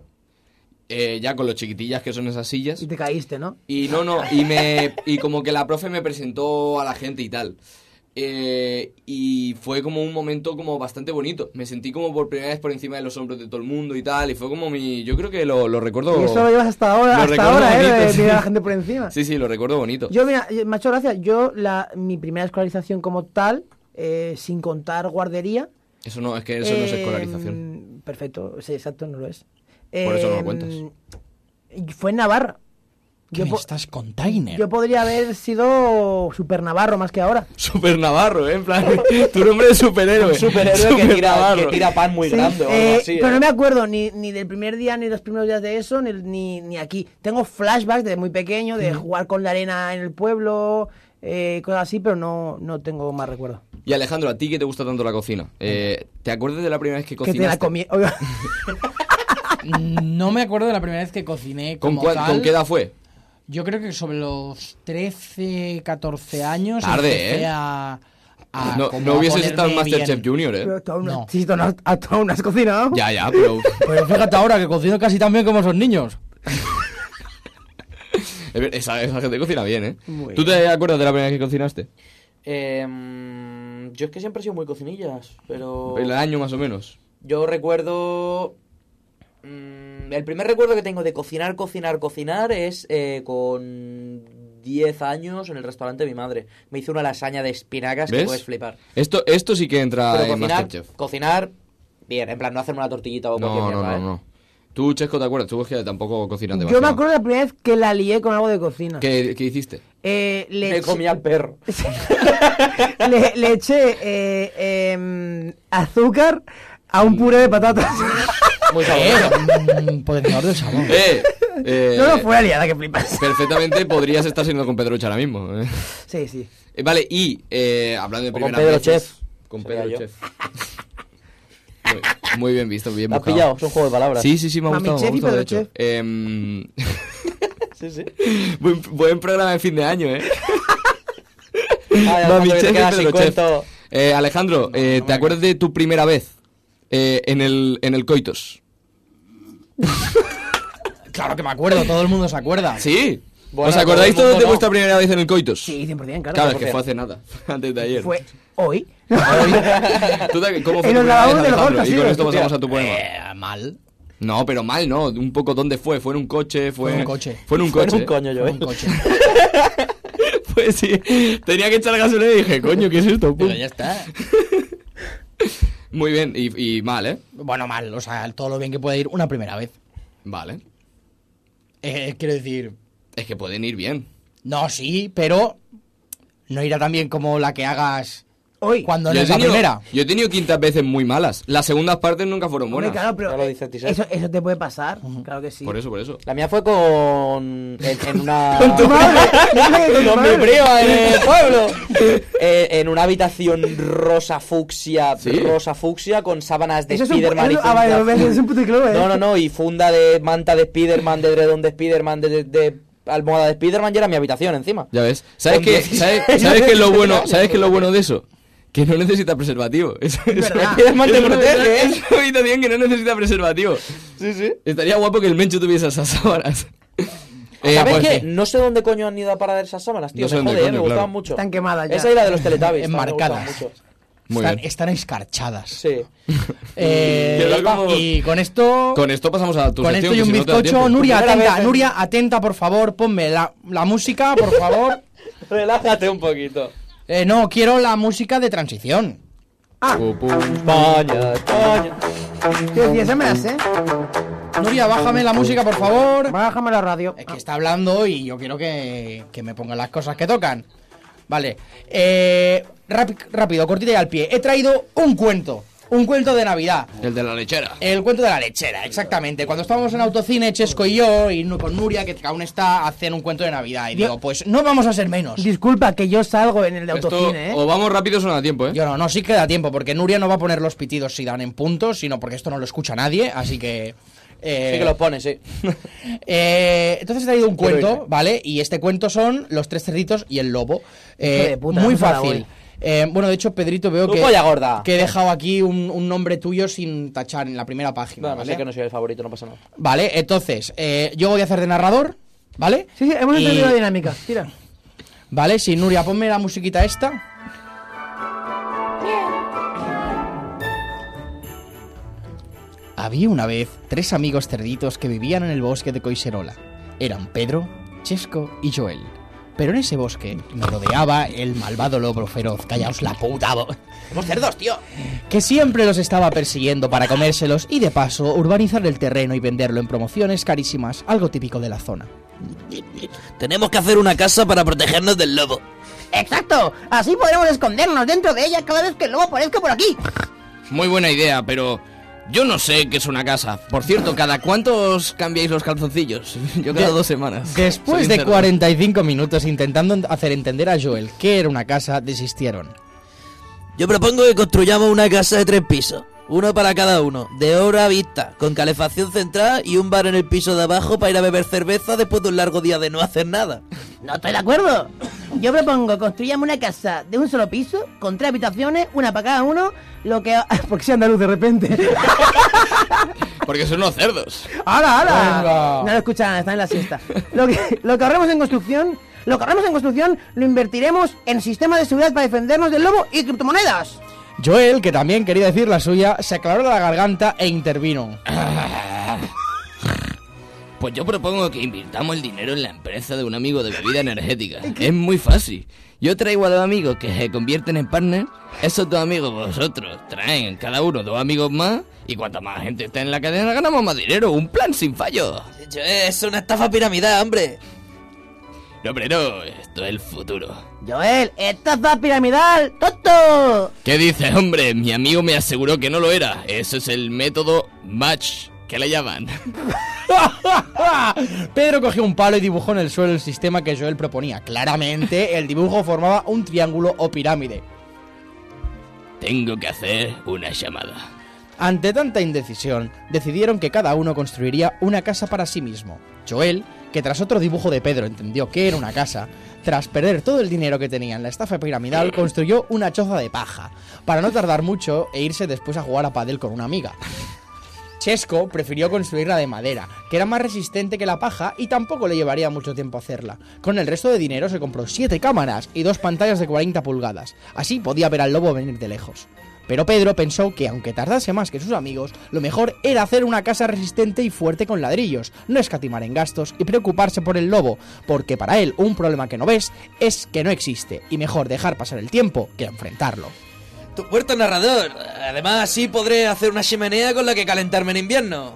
[SPEAKER 2] eh, ya con los chiquitillas que son esas sillas.
[SPEAKER 4] Y te caíste, ¿no?
[SPEAKER 2] Y no, no, y, me, y como que la profe me presentó a la gente y tal. Eh, y fue como un momento como bastante bonito. Me sentí como por primera vez por encima de los hombros de todo el mundo y tal. Y fue como mi... Yo creo que lo, lo recuerdo...
[SPEAKER 4] Y eso lo llevas hasta ahora,
[SPEAKER 2] Lo
[SPEAKER 4] hasta
[SPEAKER 2] recuerdo
[SPEAKER 4] ahora, ¿eh?
[SPEAKER 2] bonito,
[SPEAKER 4] De
[SPEAKER 2] sí.
[SPEAKER 4] mirar a la gente por encima.
[SPEAKER 2] Sí, sí, lo recuerdo bonito.
[SPEAKER 4] Yo, mira, eh, me ha hecho gracia. Yo, la, mi primera escolarización como tal, eh, sin contar guardería.
[SPEAKER 2] Eso no, es que eso no es
[SPEAKER 4] eh,
[SPEAKER 2] escolarización.
[SPEAKER 4] Perfecto, sí, exacto, no lo es.
[SPEAKER 2] Por eso no lo
[SPEAKER 4] Eh,
[SPEAKER 2] cuentas.
[SPEAKER 4] y Fue en Navarra.
[SPEAKER 11] ¿Qué me
[SPEAKER 4] po-
[SPEAKER 11] estás con Tainer?
[SPEAKER 4] yo podría haber sido super navarro más que ahora.
[SPEAKER 2] Super Navarro, ¿eh? En plan, tu nombre es superhéroe.
[SPEAKER 5] Superhéroe que
[SPEAKER 2] Super
[SPEAKER 5] tira, que
[SPEAKER 2] Navarro.
[SPEAKER 5] tira pan muy
[SPEAKER 4] Sí,
[SPEAKER 5] grande o
[SPEAKER 4] eh,
[SPEAKER 5] algo así.
[SPEAKER 4] pero
[SPEAKER 5] ¿eh?
[SPEAKER 4] no me acuerdo ni, ni del primer día, ni los primeros días de eso, ni, ni, ni aquí. Tengo flashbacks de muy pequeño, de jugar con la arena en el pueblo, eh, cosas así, pero no, no tengo más recuerdo.
[SPEAKER 2] Y Alejandro, a ti que te gusta tanto la cocina, eh, ¿te acuerdas de la primera vez que
[SPEAKER 4] Que te la
[SPEAKER 2] cocinaste?
[SPEAKER 4] comí. Oiga,
[SPEAKER 11] No me acuerdo de la primera vez que cociné
[SPEAKER 2] ¿Con,
[SPEAKER 11] como
[SPEAKER 2] cuál-
[SPEAKER 11] tal.
[SPEAKER 2] con qué edad fue?
[SPEAKER 11] Yo creo que sobre los 13, 14 años
[SPEAKER 2] Tarde,
[SPEAKER 11] empecé
[SPEAKER 2] ¿eh? Pues
[SPEAKER 11] a,
[SPEAKER 1] Ah,
[SPEAKER 11] a
[SPEAKER 2] no
[SPEAKER 11] como
[SPEAKER 2] no
[SPEAKER 11] a
[SPEAKER 2] hubieses estado en
[SPEAKER 11] ponerme
[SPEAKER 2] Masterchef
[SPEAKER 11] bien.
[SPEAKER 2] Junior, ¿eh?
[SPEAKER 4] pero tú aún no,
[SPEAKER 11] No.
[SPEAKER 4] sí, tú no has- ah, tú aún no has cocinado.
[SPEAKER 2] Ya, ya, pero...
[SPEAKER 11] Pero Pues fíjate ahora que cocino casi tan bien como esos niños.
[SPEAKER 2] Es ver- esa, esa gente cocina bien, ¿eh? ¿Tú te acuerdas de la primera vez que cocinaste?
[SPEAKER 5] Em, yo es que siempre he sido muy cocinillas, pero
[SPEAKER 2] El año más o menos.
[SPEAKER 5] yo recuerdo... mm, el primer recuerdo que tengo de cocinar, cocinar, cocinar es eh, con 10 años en el restaurante de mi madre. Me hizo una lasaña de espinacas que
[SPEAKER 2] ¿Ves? Ah,
[SPEAKER 5] puedes flipar.
[SPEAKER 2] Esto, esto sí que entra
[SPEAKER 5] Pero
[SPEAKER 2] en
[SPEAKER 5] cocinar,
[SPEAKER 2] Masterchef.
[SPEAKER 5] cocinar, bien, en plan no hacerme una tortillita o cualquier
[SPEAKER 2] No, no,
[SPEAKER 5] mierda,
[SPEAKER 2] no,
[SPEAKER 5] ¿eh?
[SPEAKER 2] no. Tú, Chesco, ¿te acuerdas? Tú es que tampoco cocinas
[SPEAKER 4] Yo
[SPEAKER 2] demasiado.
[SPEAKER 4] me acuerdo de la primera vez que la lié con algo de cocina.
[SPEAKER 2] ¿Qué, qué hiciste?
[SPEAKER 4] Eh, le,
[SPEAKER 5] Me
[SPEAKER 4] eché-
[SPEAKER 5] comía el perro.
[SPEAKER 4] le, le eché eh, em, azúcar a un puré de patatas.
[SPEAKER 5] Muy
[SPEAKER 11] Eh,
[SPEAKER 5] sabroso.
[SPEAKER 11] un potenciador del sabor.
[SPEAKER 2] ¡Eh! eh,
[SPEAKER 4] no, no, fue la liada que flipas.
[SPEAKER 2] Perfectamente podrías estar siendo con Pedroche ahora mismo. ¿eh?
[SPEAKER 4] Sí, sí.
[SPEAKER 2] Eh, Vale, y eh, hablando de
[SPEAKER 5] O con
[SPEAKER 2] primera
[SPEAKER 5] Pedro
[SPEAKER 2] vez.
[SPEAKER 5] Chef.
[SPEAKER 2] Con
[SPEAKER 5] Sería
[SPEAKER 2] Pedro
[SPEAKER 5] yo.
[SPEAKER 2] Chef. Muy- Muy bien visto, bien
[SPEAKER 5] ¿Me has
[SPEAKER 2] buscado.
[SPEAKER 5] pillado? Es un juego de palabras.
[SPEAKER 2] Sí, sí, sí, me ha
[SPEAKER 4] Mami
[SPEAKER 2] gustado. me ha
[SPEAKER 4] Chef y
[SPEAKER 2] gustado, de
[SPEAKER 4] Pedro
[SPEAKER 2] hecho. Em,
[SPEAKER 5] Sí, sí.
[SPEAKER 2] Buen, buen programa de fin de año, ¿eh?
[SPEAKER 5] Alejandro, que te
[SPEAKER 2] chef,
[SPEAKER 5] quedas
[SPEAKER 2] pero
[SPEAKER 5] sin
[SPEAKER 2] chef.
[SPEAKER 5] cuento.
[SPEAKER 2] Eh, Alejandro, eh, ¿te acuerdas de tu primera vez eh, en, el, en el coitos?
[SPEAKER 1] Claro que me acuerdo, todo el mundo se acuerda.
[SPEAKER 2] Sí.
[SPEAKER 1] Bueno,
[SPEAKER 2] ¿Os acordáis
[SPEAKER 1] todo el
[SPEAKER 2] todos de
[SPEAKER 1] mundo no.
[SPEAKER 2] vuestra primera vez en el coitos?
[SPEAKER 4] Sí, 100%, claro.
[SPEAKER 2] Claro, es que
[SPEAKER 4] 100%.
[SPEAKER 2] fue hace nada, antes de ayer.
[SPEAKER 4] Fue hoy.
[SPEAKER 2] ¿Tú te- ¿Cómo fue
[SPEAKER 4] En
[SPEAKER 2] tu primera
[SPEAKER 4] los
[SPEAKER 2] vez,
[SPEAKER 4] lavabos de los
[SPEAKER 2] Alejandro?
[SPEAKER 4] Gorka,
[SPEAKER 2] Y
[SPEAKER 4] sí,
[SPEAKER 2] con
[SPEAKER 4] lo
[SPEAKER 2] esto
[SPEAKER 4] escuché.
[SPEAKER 2] pasamos a tu poema.
[SPEAKER 1] Eh, mal.
[SPEAKER 2] No, pero mal no. Un poco dónde fue. Fue en un coche. Fue,
[SPEAKER 1] Fue en un coche.
[SPEAKER 2] Fue en un
[SPEAKER 1] Fue
[SPEAKER 2] coche.
[SPEAKER 1] en un coño, yo, Fue en un
[SPEAKER 2] coche. pues sí. Tenía que echar gasolina y dije, coño, ¿qué es esto? Pum.
[SPEAKER 1] Pero ya está.
[SPEAKER 2] Muy bien. Y, y mal, ¿eh?
[SPEAKER 1] Bueno, mal, o sea, todo lo bien que puede ir una primera vez.
[SPEAKER 2] Vale.
[SPEAKER 1] Eh, quiero decir,
[SPEAKER 2] Es que pueden ir bien.
[SPEAKER 1] no, sí, pero no irá tan bien como la que hagas
[SPEAKER 4] hoy.
[SPEAKER 1] Cuando no
[SPEAKER 2] Yo he
[SPEAKER 1] es la
[SPEAKER 2] tenido-
[SPEAKER 1] primera.
[SPEAKER 2] Yo he tenido quintas veces muy malas. Las segundas partes nunca fueron
[SPEAKER 4] Hombre,
[SPEAKER 2] buenas.
[SPEAKER 4] claro, pero eso, eso te puede pasar, claro que sí.
[SPEAKER 2] Por eso, por eso.
[SPEAKER 5] La mía fue con. En, en una.
[SPEAKER 4] Con tu madre. Con tu
[SPEAKER 5] Con mi
[SPEAKER 4] madre.
[SPEAKER 5] prima en el pueblo. Eh, en una habitación rosa fucsia. Rosa fucsia con sábanas de
[SPEAKER 4] Eso es un-
[SPEAKER 5] Spiderman. y
[SPEAKER 4] eso- ah, vale,
[SPEAKER 5] funda-
[SPEAKER 4] vale, es un puticlub, eh.
[SPEAKER 5] No, no, no. Y funda de manta de Spiderman, de edredón de Spiderman, de, de, de almohada de Spiderman. Y era mi habitación encima.
[SPEAKER 2] Ya ves. ¿Sabes
[SPEAKER 5] Con
[SPEAKER 2] qué
[SPEAKER 5] 16
[SPEAKER 2] ¿sabes, sabes qué es lo bueno,
[SPEAKER 5] años.
[SPEAKER 2] ¿sabes qué es lo bueno de eso? Que no necesita preservativo. Es, es,
[SPEAKER 5] verdad. Spiderman te
[SPEAKER 2] es una-
[SPEAKER 5] protege, ¿eh?
[SPEAKER 2] es una habitación que no necesita preservativo.
[SPEAKER 5] Sí, sí.
[SPEAKER 2] Estaría guapo que el Mencho tuviese esas sábanas. Eh,
[SPEAKER 5] ¿Sabes
[SPEAKER 2] pues
[SPEAKER 5] qué?
[SPEAKER 2] sí.
[SPEAKER 5] No sé dónde coño han ido a parar esas sábanas, tío.
[SPEAKER 2] No sé
[SPEAKER 5] me
[SPEAKER 2] dónde
[SPEAKER 5] jode, eh, me
[SPEAKER 2] coño,
[SPEAKER 5] gustaban
[SPEAKER 2] claro.
[SPEAKER 5] mucho.
[SPEAKER 4] Están quemadas ya.
[SPEAKER 5] Esa y la de los Teletubbies. también me gustaban
[SPEAKER 1] enmarcadas.
[SPEAKER 5] mucho.
[SPEAKER 2] Muy
[SPEAKER 1] Están,
[SPEAKER 2] bien.
[SPEAKER 1] están escarchadas.
[SPEAKER 5] Sí.
[SPEAKER 1] Eh,
[SPEAKER 2] Queda como-
[SPEAKER 1] Y con esto.
[SPEAKER 2] Con esto pasamos a tu
[SPEAKER 1] con esto
[SPEAKER 2] sección,
[SPEAKER 1] y
[SPEAKER 2] que
[SPEAKER 1] un
[SPEAKER 2] si no te da
[SPEAKER 1] bizcocho.
[SPEAKER 2] tiempo.
[SPEAKER 1] Nuria,
[SPEAKER 5] Primera
[SPEAKER 1] atenta,
[SPEAKER 5] vez en-
[SPEAKER 1] Nuria, atenta, por favor, ponme la, la música, por favor.
[SPEAKER 5] Relájate un poquito.
[SPEAKER 1] Eh, no, quiero la música de transición.
[SPEAKER 4] Ah,
[SPEAKER 2] Pu, pu.
[SPEAKER 5] España, España.
[SPEAKER 4] Yo decía, esa me la sé.
[SPEAKER 1] Nuria, bájame la música, por favor.
[SPEAKER 4] Bájame la radio.
[SPEAKER 1] Es que está hablando y yo quiero que, que me pongan las cosas que tocan. Vale. Eh, rápi- rápido, cortita y al pie. He traído un cuento. Un cuento de Navidad.
[SPEAKER 2] El de la lechera.
[SPEAKER 1] El cuento de la lechera, exactamente. Cuando estábamos en autocine, Chesco y yo, y nu- con Nuria, que aún está, hacen un cuento de Navidad. Y
[SPEAKER 4] Yo-
[SPEAKER 1] digo, pues no vamos a ser menos.
[SPEAKER 4] Disculpa que yo salgo en el de
[SPEAKER 2] Esto,
[SPEAKER 4] autocine,
[SPEAKER 2] O
[SPEAKER 4] ¿eh?
[SPEAKER 2] vamos rápidos o no da tiempo, ¿eh?
[SPEAKER 1] Yo no, no, sí que da tiempo, porque Nuria no va a poner los pitidos si dan en puntos, sino porque esto no lo escucha nadie, así que... eh,
[SPEAKER 5] Sí que los pones, sí.
[SPEAKER 1] eh, entonces he traído un
[SPEAKER 5] Quiero
[SPEAKER 1] cuento,
[SPEAKER 5] irme.
[SPEAKER 1] ¿vale? Y este cuento son Los tres cerditos y el lobo. Eh,
[SPEAKER 4] Hijo de puta,
[SPEAKER 1] muy
[SPEAKER 4] no se la
[SPEAKER 1] fácil.
[SPEAKER 4] voy.
[SPEAKER 1] Eh, bueno, de hecho, Pedrito, veo
[SPEAKER 5] Tu
[SPEAKER 1] que,
[SPEAKER 5] polla gorda.
[SPEAKER 1] que he dejado aquí un, un nombre tuyo sin tachar en la primera página.
[SPEAKER 5] No, no
[SPEAKER 1] ¿vale?
[SPEAKER 5] sé que no soy el favorito, no pasa nada.
[SPEAKER 1] Vale, entonces, eh, yo voy a hacer de narrador, ¿vale?
[SPEAKER 4] Sí, sí, hemos
[SPEAKER 1] Y-
[SPEAKER 4] entendido la dinámica. Tira.
[SPEAKER 1] Vale, sí, Nuria, ponme la musiquita esta. Había una vez tres amigos cerditos que vivían en el bosque de Coiserola. Eran Pedro, Chesco y Joel. Pero en ese bosque me rodeaba el malvado lobo feroz. Callaos la puta. bo-
[SPEAKER 5] Somos cerdos, tío.
[SPEAKER 1] que siempre los estaba persiguiendo para comérselos y de paso urbanizar el terreno y venderlo en promociones carísimas, algo típico de la zona.
[SPEAKER 13] Tenemos que hacer una casa para protegernos del lobo.
[SPEAKER 4] ¡Exacto! Así podremos escondernos dentro de ella cada vez que el lobo aparezca por aquí.
[SPEAKER 2] Muy buena idea, pero yo no sé qué es una casa. Por cierto, ¿cada cuántos cambiáis los calzoncillos? Yo cada
[SPEAKER 1] De-
[SPEAKER 2] dos semanas.
[SPEAKER 1] Después
[SPEAKER 2] Soy
[SPEAKER 1] de
[SPEAKER 2] cerdo.
[SPEAKER 1] 45 minutos intentando en- hacer entender a Joel que era una casa, desistieron.
[SPEAKER 13] Yo propongo que construyamos una casa de tres pisos. Uno para cada uno, de hora a vista, con calefacción central y un bar en el piso de abajo para ir a beber cerveza después de un largo día de no hacer nada.
[SPEAKER 4] No estoy de acuerdo. Yo propongo construyamos una casa de un solo piso, con tres habitaciones, una para cada uno, lo que... Porque soy andaluz de repente.
[SPEAKER 2] Porque son unos cerdos.
[SPEAKER 4] ¡Hala,
[SPEAKER 1] Venga.
[SPEAKER 4] hala! No lo escuchan, están en la siesta. Lo que, lo que ahorremos en construcción, lo que ahorremos en construcción, lo invertiremos en sistemas de seguridad para defendernos del lobo y criptomonedas.
[SPEAKER 1] Joel, que también quería decir la suya, se aclaró la garganta e intervino.
[SPEAKER 2] Pues yo propongo que invirtamos el dinero en la empresa de un amigo de bebida energética. Es muy fácil. Yo traigo a dos amigos que se convierten en partner. Esos dos amigos vosotros traen cada uno dos amigos más. Y cuanta más gente está en la cadena, ganamos más dinero. Un plan sin fallo.
[SPEAKER 13] Yo- Es una estafa piramidal, hombre.
[SPEAKER 2] No, pero no, esto es el futuro.
[SPEAKER 4] Joel, estafa piramidal, tonto.
[SPEAKER 2] ¿Qué dices, hombre? Mi amigo me aseguró que no lo era. Eso es el método match. que le llaman?
[SPEAKER 1] Pedro cogió un palo y dibujó en el suelo el sistema que Joel proponía. Claramente, el dibujo formaba un triángulo o pirámide.
[SPEAKER 2] Tengo que hacer una llamada.
[SPEAKER 1] Ante tanta indecisión, decidieron que cada uno construiría una casa para sí mismo. Joel que tras otro dibujo de Pedro entendió que era una casa, tras perder todo el dinero que tenía en la estafa piramidal, construyó una choza de paja, para no tardar mucho e irse después a jugar a padel con una amiga. Chesco prefirió construirla de madera, que era más resistente que la paja y tampoco le llevaría mucho tiempo hacerla. Con el resto de dinero se compró 7 cámaras y dos pantallas de 40 pulgadas. Así podía ver al lobo venir de lejos. Pero Pedro pensó que aunque tardase más que sus amigos, lo mejor era hacer una casa resistente y fuerte con ladrillos, no escatimar en gastos y preocuparse por el lobo, porque para él un problema que no ves es que no existe y mejor dejar pasar el tiempo que enfrentarlo.
[SPEAKER 5] Tu puerto narrador. Además, así podré hacer una chimenea con la que calentarme en invierno.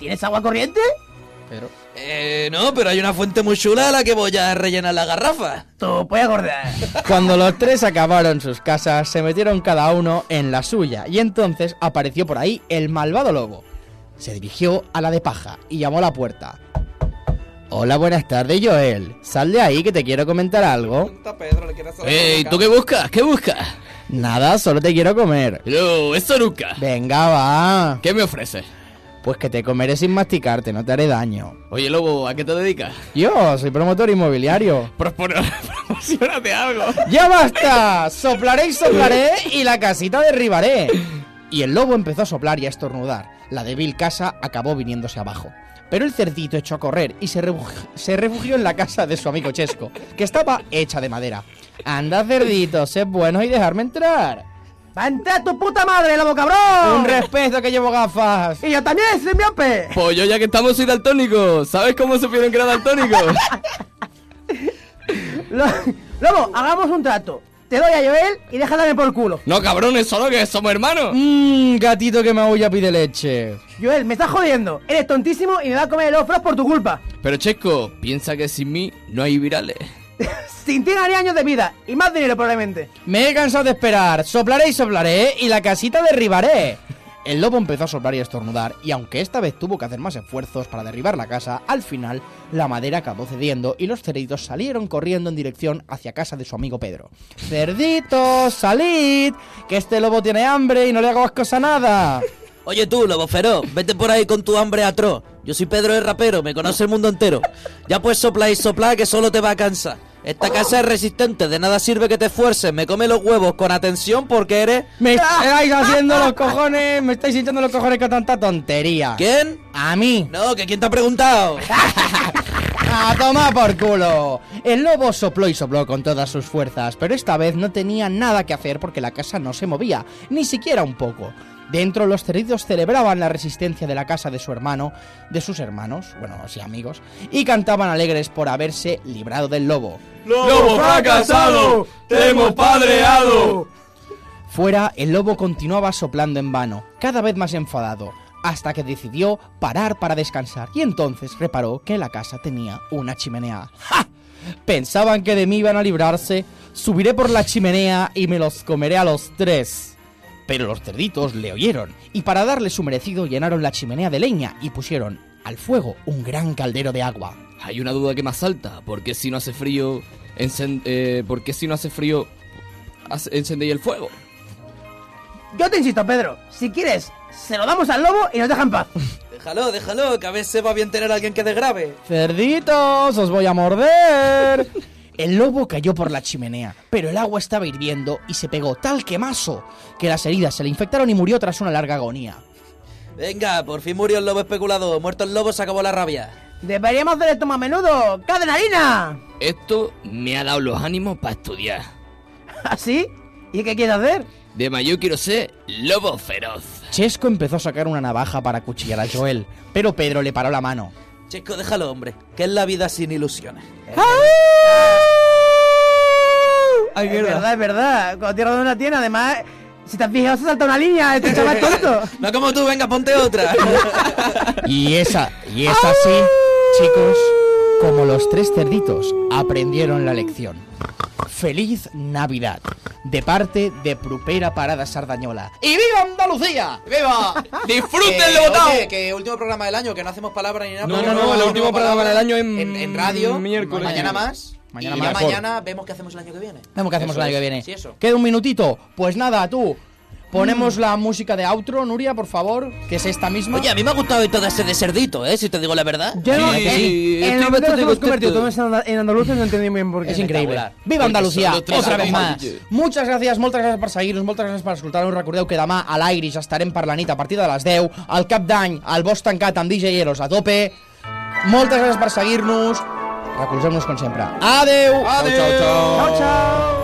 [SPEAKER 4] ¿Tienes agua corriente?
[SPEAKER 1] Pero.
[SPEAKER 5] Eh, no, pero hay una fuente muy chula a la que voy a rellenar la garrafa.
[SPEAKER 4] Tú puedes acordar.
[SPEAKER 1] Cuando los tres acabaron sus casas, se metieron cada uno en la suya y entonces apareció por ahí el malvado lobo. Se dirigió a la de paja y llamó a la puerta. Hola, buenas tardes, Joel. Sal de ahí que te quiero comentar algo.
[SPEAKER 14] Ey, ¿tú qué buscas? ¿Qué buscas?
[SPEAKER 1] Nada, solo te quiero comer.
[SPEAKER 14] No, eso nunca.
[SPEAKER 1] Venga, va.
[SPEAKER 14] ¿Qué me ofreces?
[SPEAKER 1] Pues que te comeré sin masticarte, no te haré daño.
[SPEAKER 14] Oye, Lobo, ¿a qué te dedicas?
[SPEAKER 1] Yo soy promotor inmobiliario.
[SPEAKER 14] Promocionate algo.
[SPEAKER 1] ¡Ya basta! Soplaré y soplaré y la casita derribaré. Y el lobo empezó a soplar y a estornudar. La débil casa acabó viniéndose abajo. Pero el cerdito echó a correr y se, refugi- se refugió en la casa de su amigo Chesco, que estaba hecha de madera. Anda, cerdito, sed buenos y dejarme entrar.
[SPEAKER 4] ¡Va a entrar tu puta madre, lobo cabrón!
[SPEAKER 1] Un respeto que llevo gafas.
[SPEAKER 4] ¡Y yo también, soy miope!
[SPEAKER 2] Pues yo ya que estamos soy daltónico. ¿Sabes cómo supieron que era daltónico?
[SPEAKER 4] Lo- Lobo, hagamos un trato. Te doy a Joel y déjame por el culo.
[SPEAKER 2] no, cabrones, solo que somos hermanos.
[SPEAKER 1] Mmm, gatito que maulla pide leche.
[SPEAKER 4] Joel, me estás jodiendo. Eres tontísimo y me va a comer el ofros por tu culpa.
[SPEAKER 2] Pero Chesco, piensa que sin mí no hay virales.
[SPEAKER 4] Sin ti ganaría años de vida y más dinero probablemente.
[SPEAKER 1] Me he cansado de esperar. Soplaré y soplaré y la casita derribaré. El lobo empezó a soplar y a estornudar, y aunque esta vez tuvo que hacer más esfuerzos para derribar la casa, al final la madera acabó cediendo y los cerditos salieron corriendo en dirección hacia casa de su amigo Pedro. ¡Cerditos, salid! ¡Que este lobo tiene hambre y no le hago ascos a nada!
[SPEAKER 5] Oye tú, lobo feroz, vete por ahí con tu hambre atroz. Yo soy Pedro el rapero, me conoce el mundo entero. Ya pues sopla y sopla que solo te va a cansar. Esta casa es resistente, de nada sirve que te esfuerces. Me come los huevos con atención porque eres...
[SPEAKER 1] ¡Me estáis haciendo los cojones! ¡Me estáis hinchando los cojones con tanta tontería!
[SPEAKER 5] ¿Quién?
[SPEAKER 1] ¡A mí!
[SPEAKER 5] No, que quién te ha preguntado.
[SPEAKER 1] ¡A tomar por culo! El lobo sopló y sopló con todas sus fuerzas, pero esta vez no tenía nada que hacer porque la casa no se movía, ni siquiera un poco. Dentro los cerditos celebraban la resistencia de la casa de su hermano, de sus hermanos, bueno, sí amigos, y cantaban alegres por haberse librado del lobo.
[SPEAKER 15] Lobo fracasado, te hemos padreado.
[SPEAKER 1] Fuera, el lobo continuaba soplando en vano, cada vez más enfadado, hasta que decidió parar para descansar y entonces reparó que la casa tenía una chimenea. ¡Ja! Pensaban que de mí iban a librarse, subiré por la chimenea y me los comeré a los tres. Pero los cerditos le oyeron y para darle su merecido llenaron la chimenea de leña y pusieron al fuego un gran caldero de agua.
[SPEAKER 2] Hay una duda que me asalta. ¿Por qué si no hace frío, encen- eh, ¿por qué si no hace frío, hace- encendéis el fuego?
[SPEAKER 4] Yo te insisto, Pedro. Si quieres, se lo damos al lobo y nos deja en paz.
[SPEAKER 5] Déjalo, déjalo, que a veces va bien tener a alguien que desgrabe.
[SPEAKER 1] ¡Cerditos, os voy a morder! El lobo cayó por la chimenea, pero el agua estaba hirviendo y se pegó tal quemazo que las heridas se le infectaron y murió tras una larga agonía.
[SPEAKER 5] Venga, por fin murió el lobo especulado. Muerto el lobo se acabó la rabia.
[SPEAKER 4] Deberíamos hacer esto más a menudo. ¡Cadenarina!
[SPEAKER 14] Esto me ha dado los ánimos para estudiar.
[SPEAKER 4] ¿Así? ¿Ah, ¿Y qué quieres hacer?
[SPEAKER 14] De mayor quiero ser lobo feroz.
[SPEAKER 1] Chesco empezó a sacar una navaja para cuchillar a Joel, pero Pedro le paró la mano.
[SPEAKER 5] Chico, déjalo, hombre, que es la vida sin ilusiones.
[SPEAKER 4] Ay, es verdad, es verdad. Cuando tierra de una tiene, además, si te has fijado, se salta una línea. Este chaval tonto.
[SPEAKER 5] No como tú, venga, ponte otra.
[SPEAKER 1] Y esa, y es así, chicos, como los tres cerditos aprendieron la lección. Feliz Navidad, de parte de Prupera Parada Sardañola. ¡Y viva Andalucía!
[SPEAKER 5] ¡Viva!
[SPEAKER 1] ¡Disfrútenlo,
[SPEAKER 5] Eh,
[SPEAKER 1] botao!
[SPEAKER 5] oye, que último programa del año, que no hacemos palabras ni nada.
[SPEAKER 2] No,
[SPEAKER 5] porque
[SPEAKER 2] no, no, el último programa del año en-
[SPEAKER 5] en, en radio.
[SPEAKER 2] miércoles.
[SPEAKER 5] Mañana más.
[SPEAKER 1] Mañana
[SPEAKER 5] y
[SPEAKER 1] más.
[SPEAKER 5] ya mañana vemos qué hacemos el año que viene.
[SPEAKER 1] Vemos qué hacemos
[SPEAKER 5] Eso
[SPEAKER 1] el año que
[SPEAKER 5] es.
[SPEAKER 1] viene.
[SPEAKER 5] Sí, eso.
[SPEAKER 1] Queda un minutito. Pues nada, tú. Ponemos la música de outro, Nuria, por favor, que es esta misma.
[SPEAKER 5] Oye, a mí me ha gustado todo ese de cerdito, ¿eh? Si te digo la verdad.
[SPEAKER 4] Yo no, en- en, el momento que nos hemos convertido todos en, andal- en andaluces no entendí muy bien por qué.
[SPEAKER 1] Es increíble. Viva Andalucía, otra vez más. Muchas gràcies, moltes gràcies per seguir-nos, moltes gràcies per escoltar-nos. Recordeu que demà a l'Airis estarem per la nit a partir de les 10, al cap d'any, al bosc tancat amb DJ Eros a tope. Moltes gràcies per seguir-nos. Recolzeu-nos com sempre. Adeu!
[SPEAKER 16] Adeu. Chao, chao, chao.
[SPEAKER 1] Chao, chao.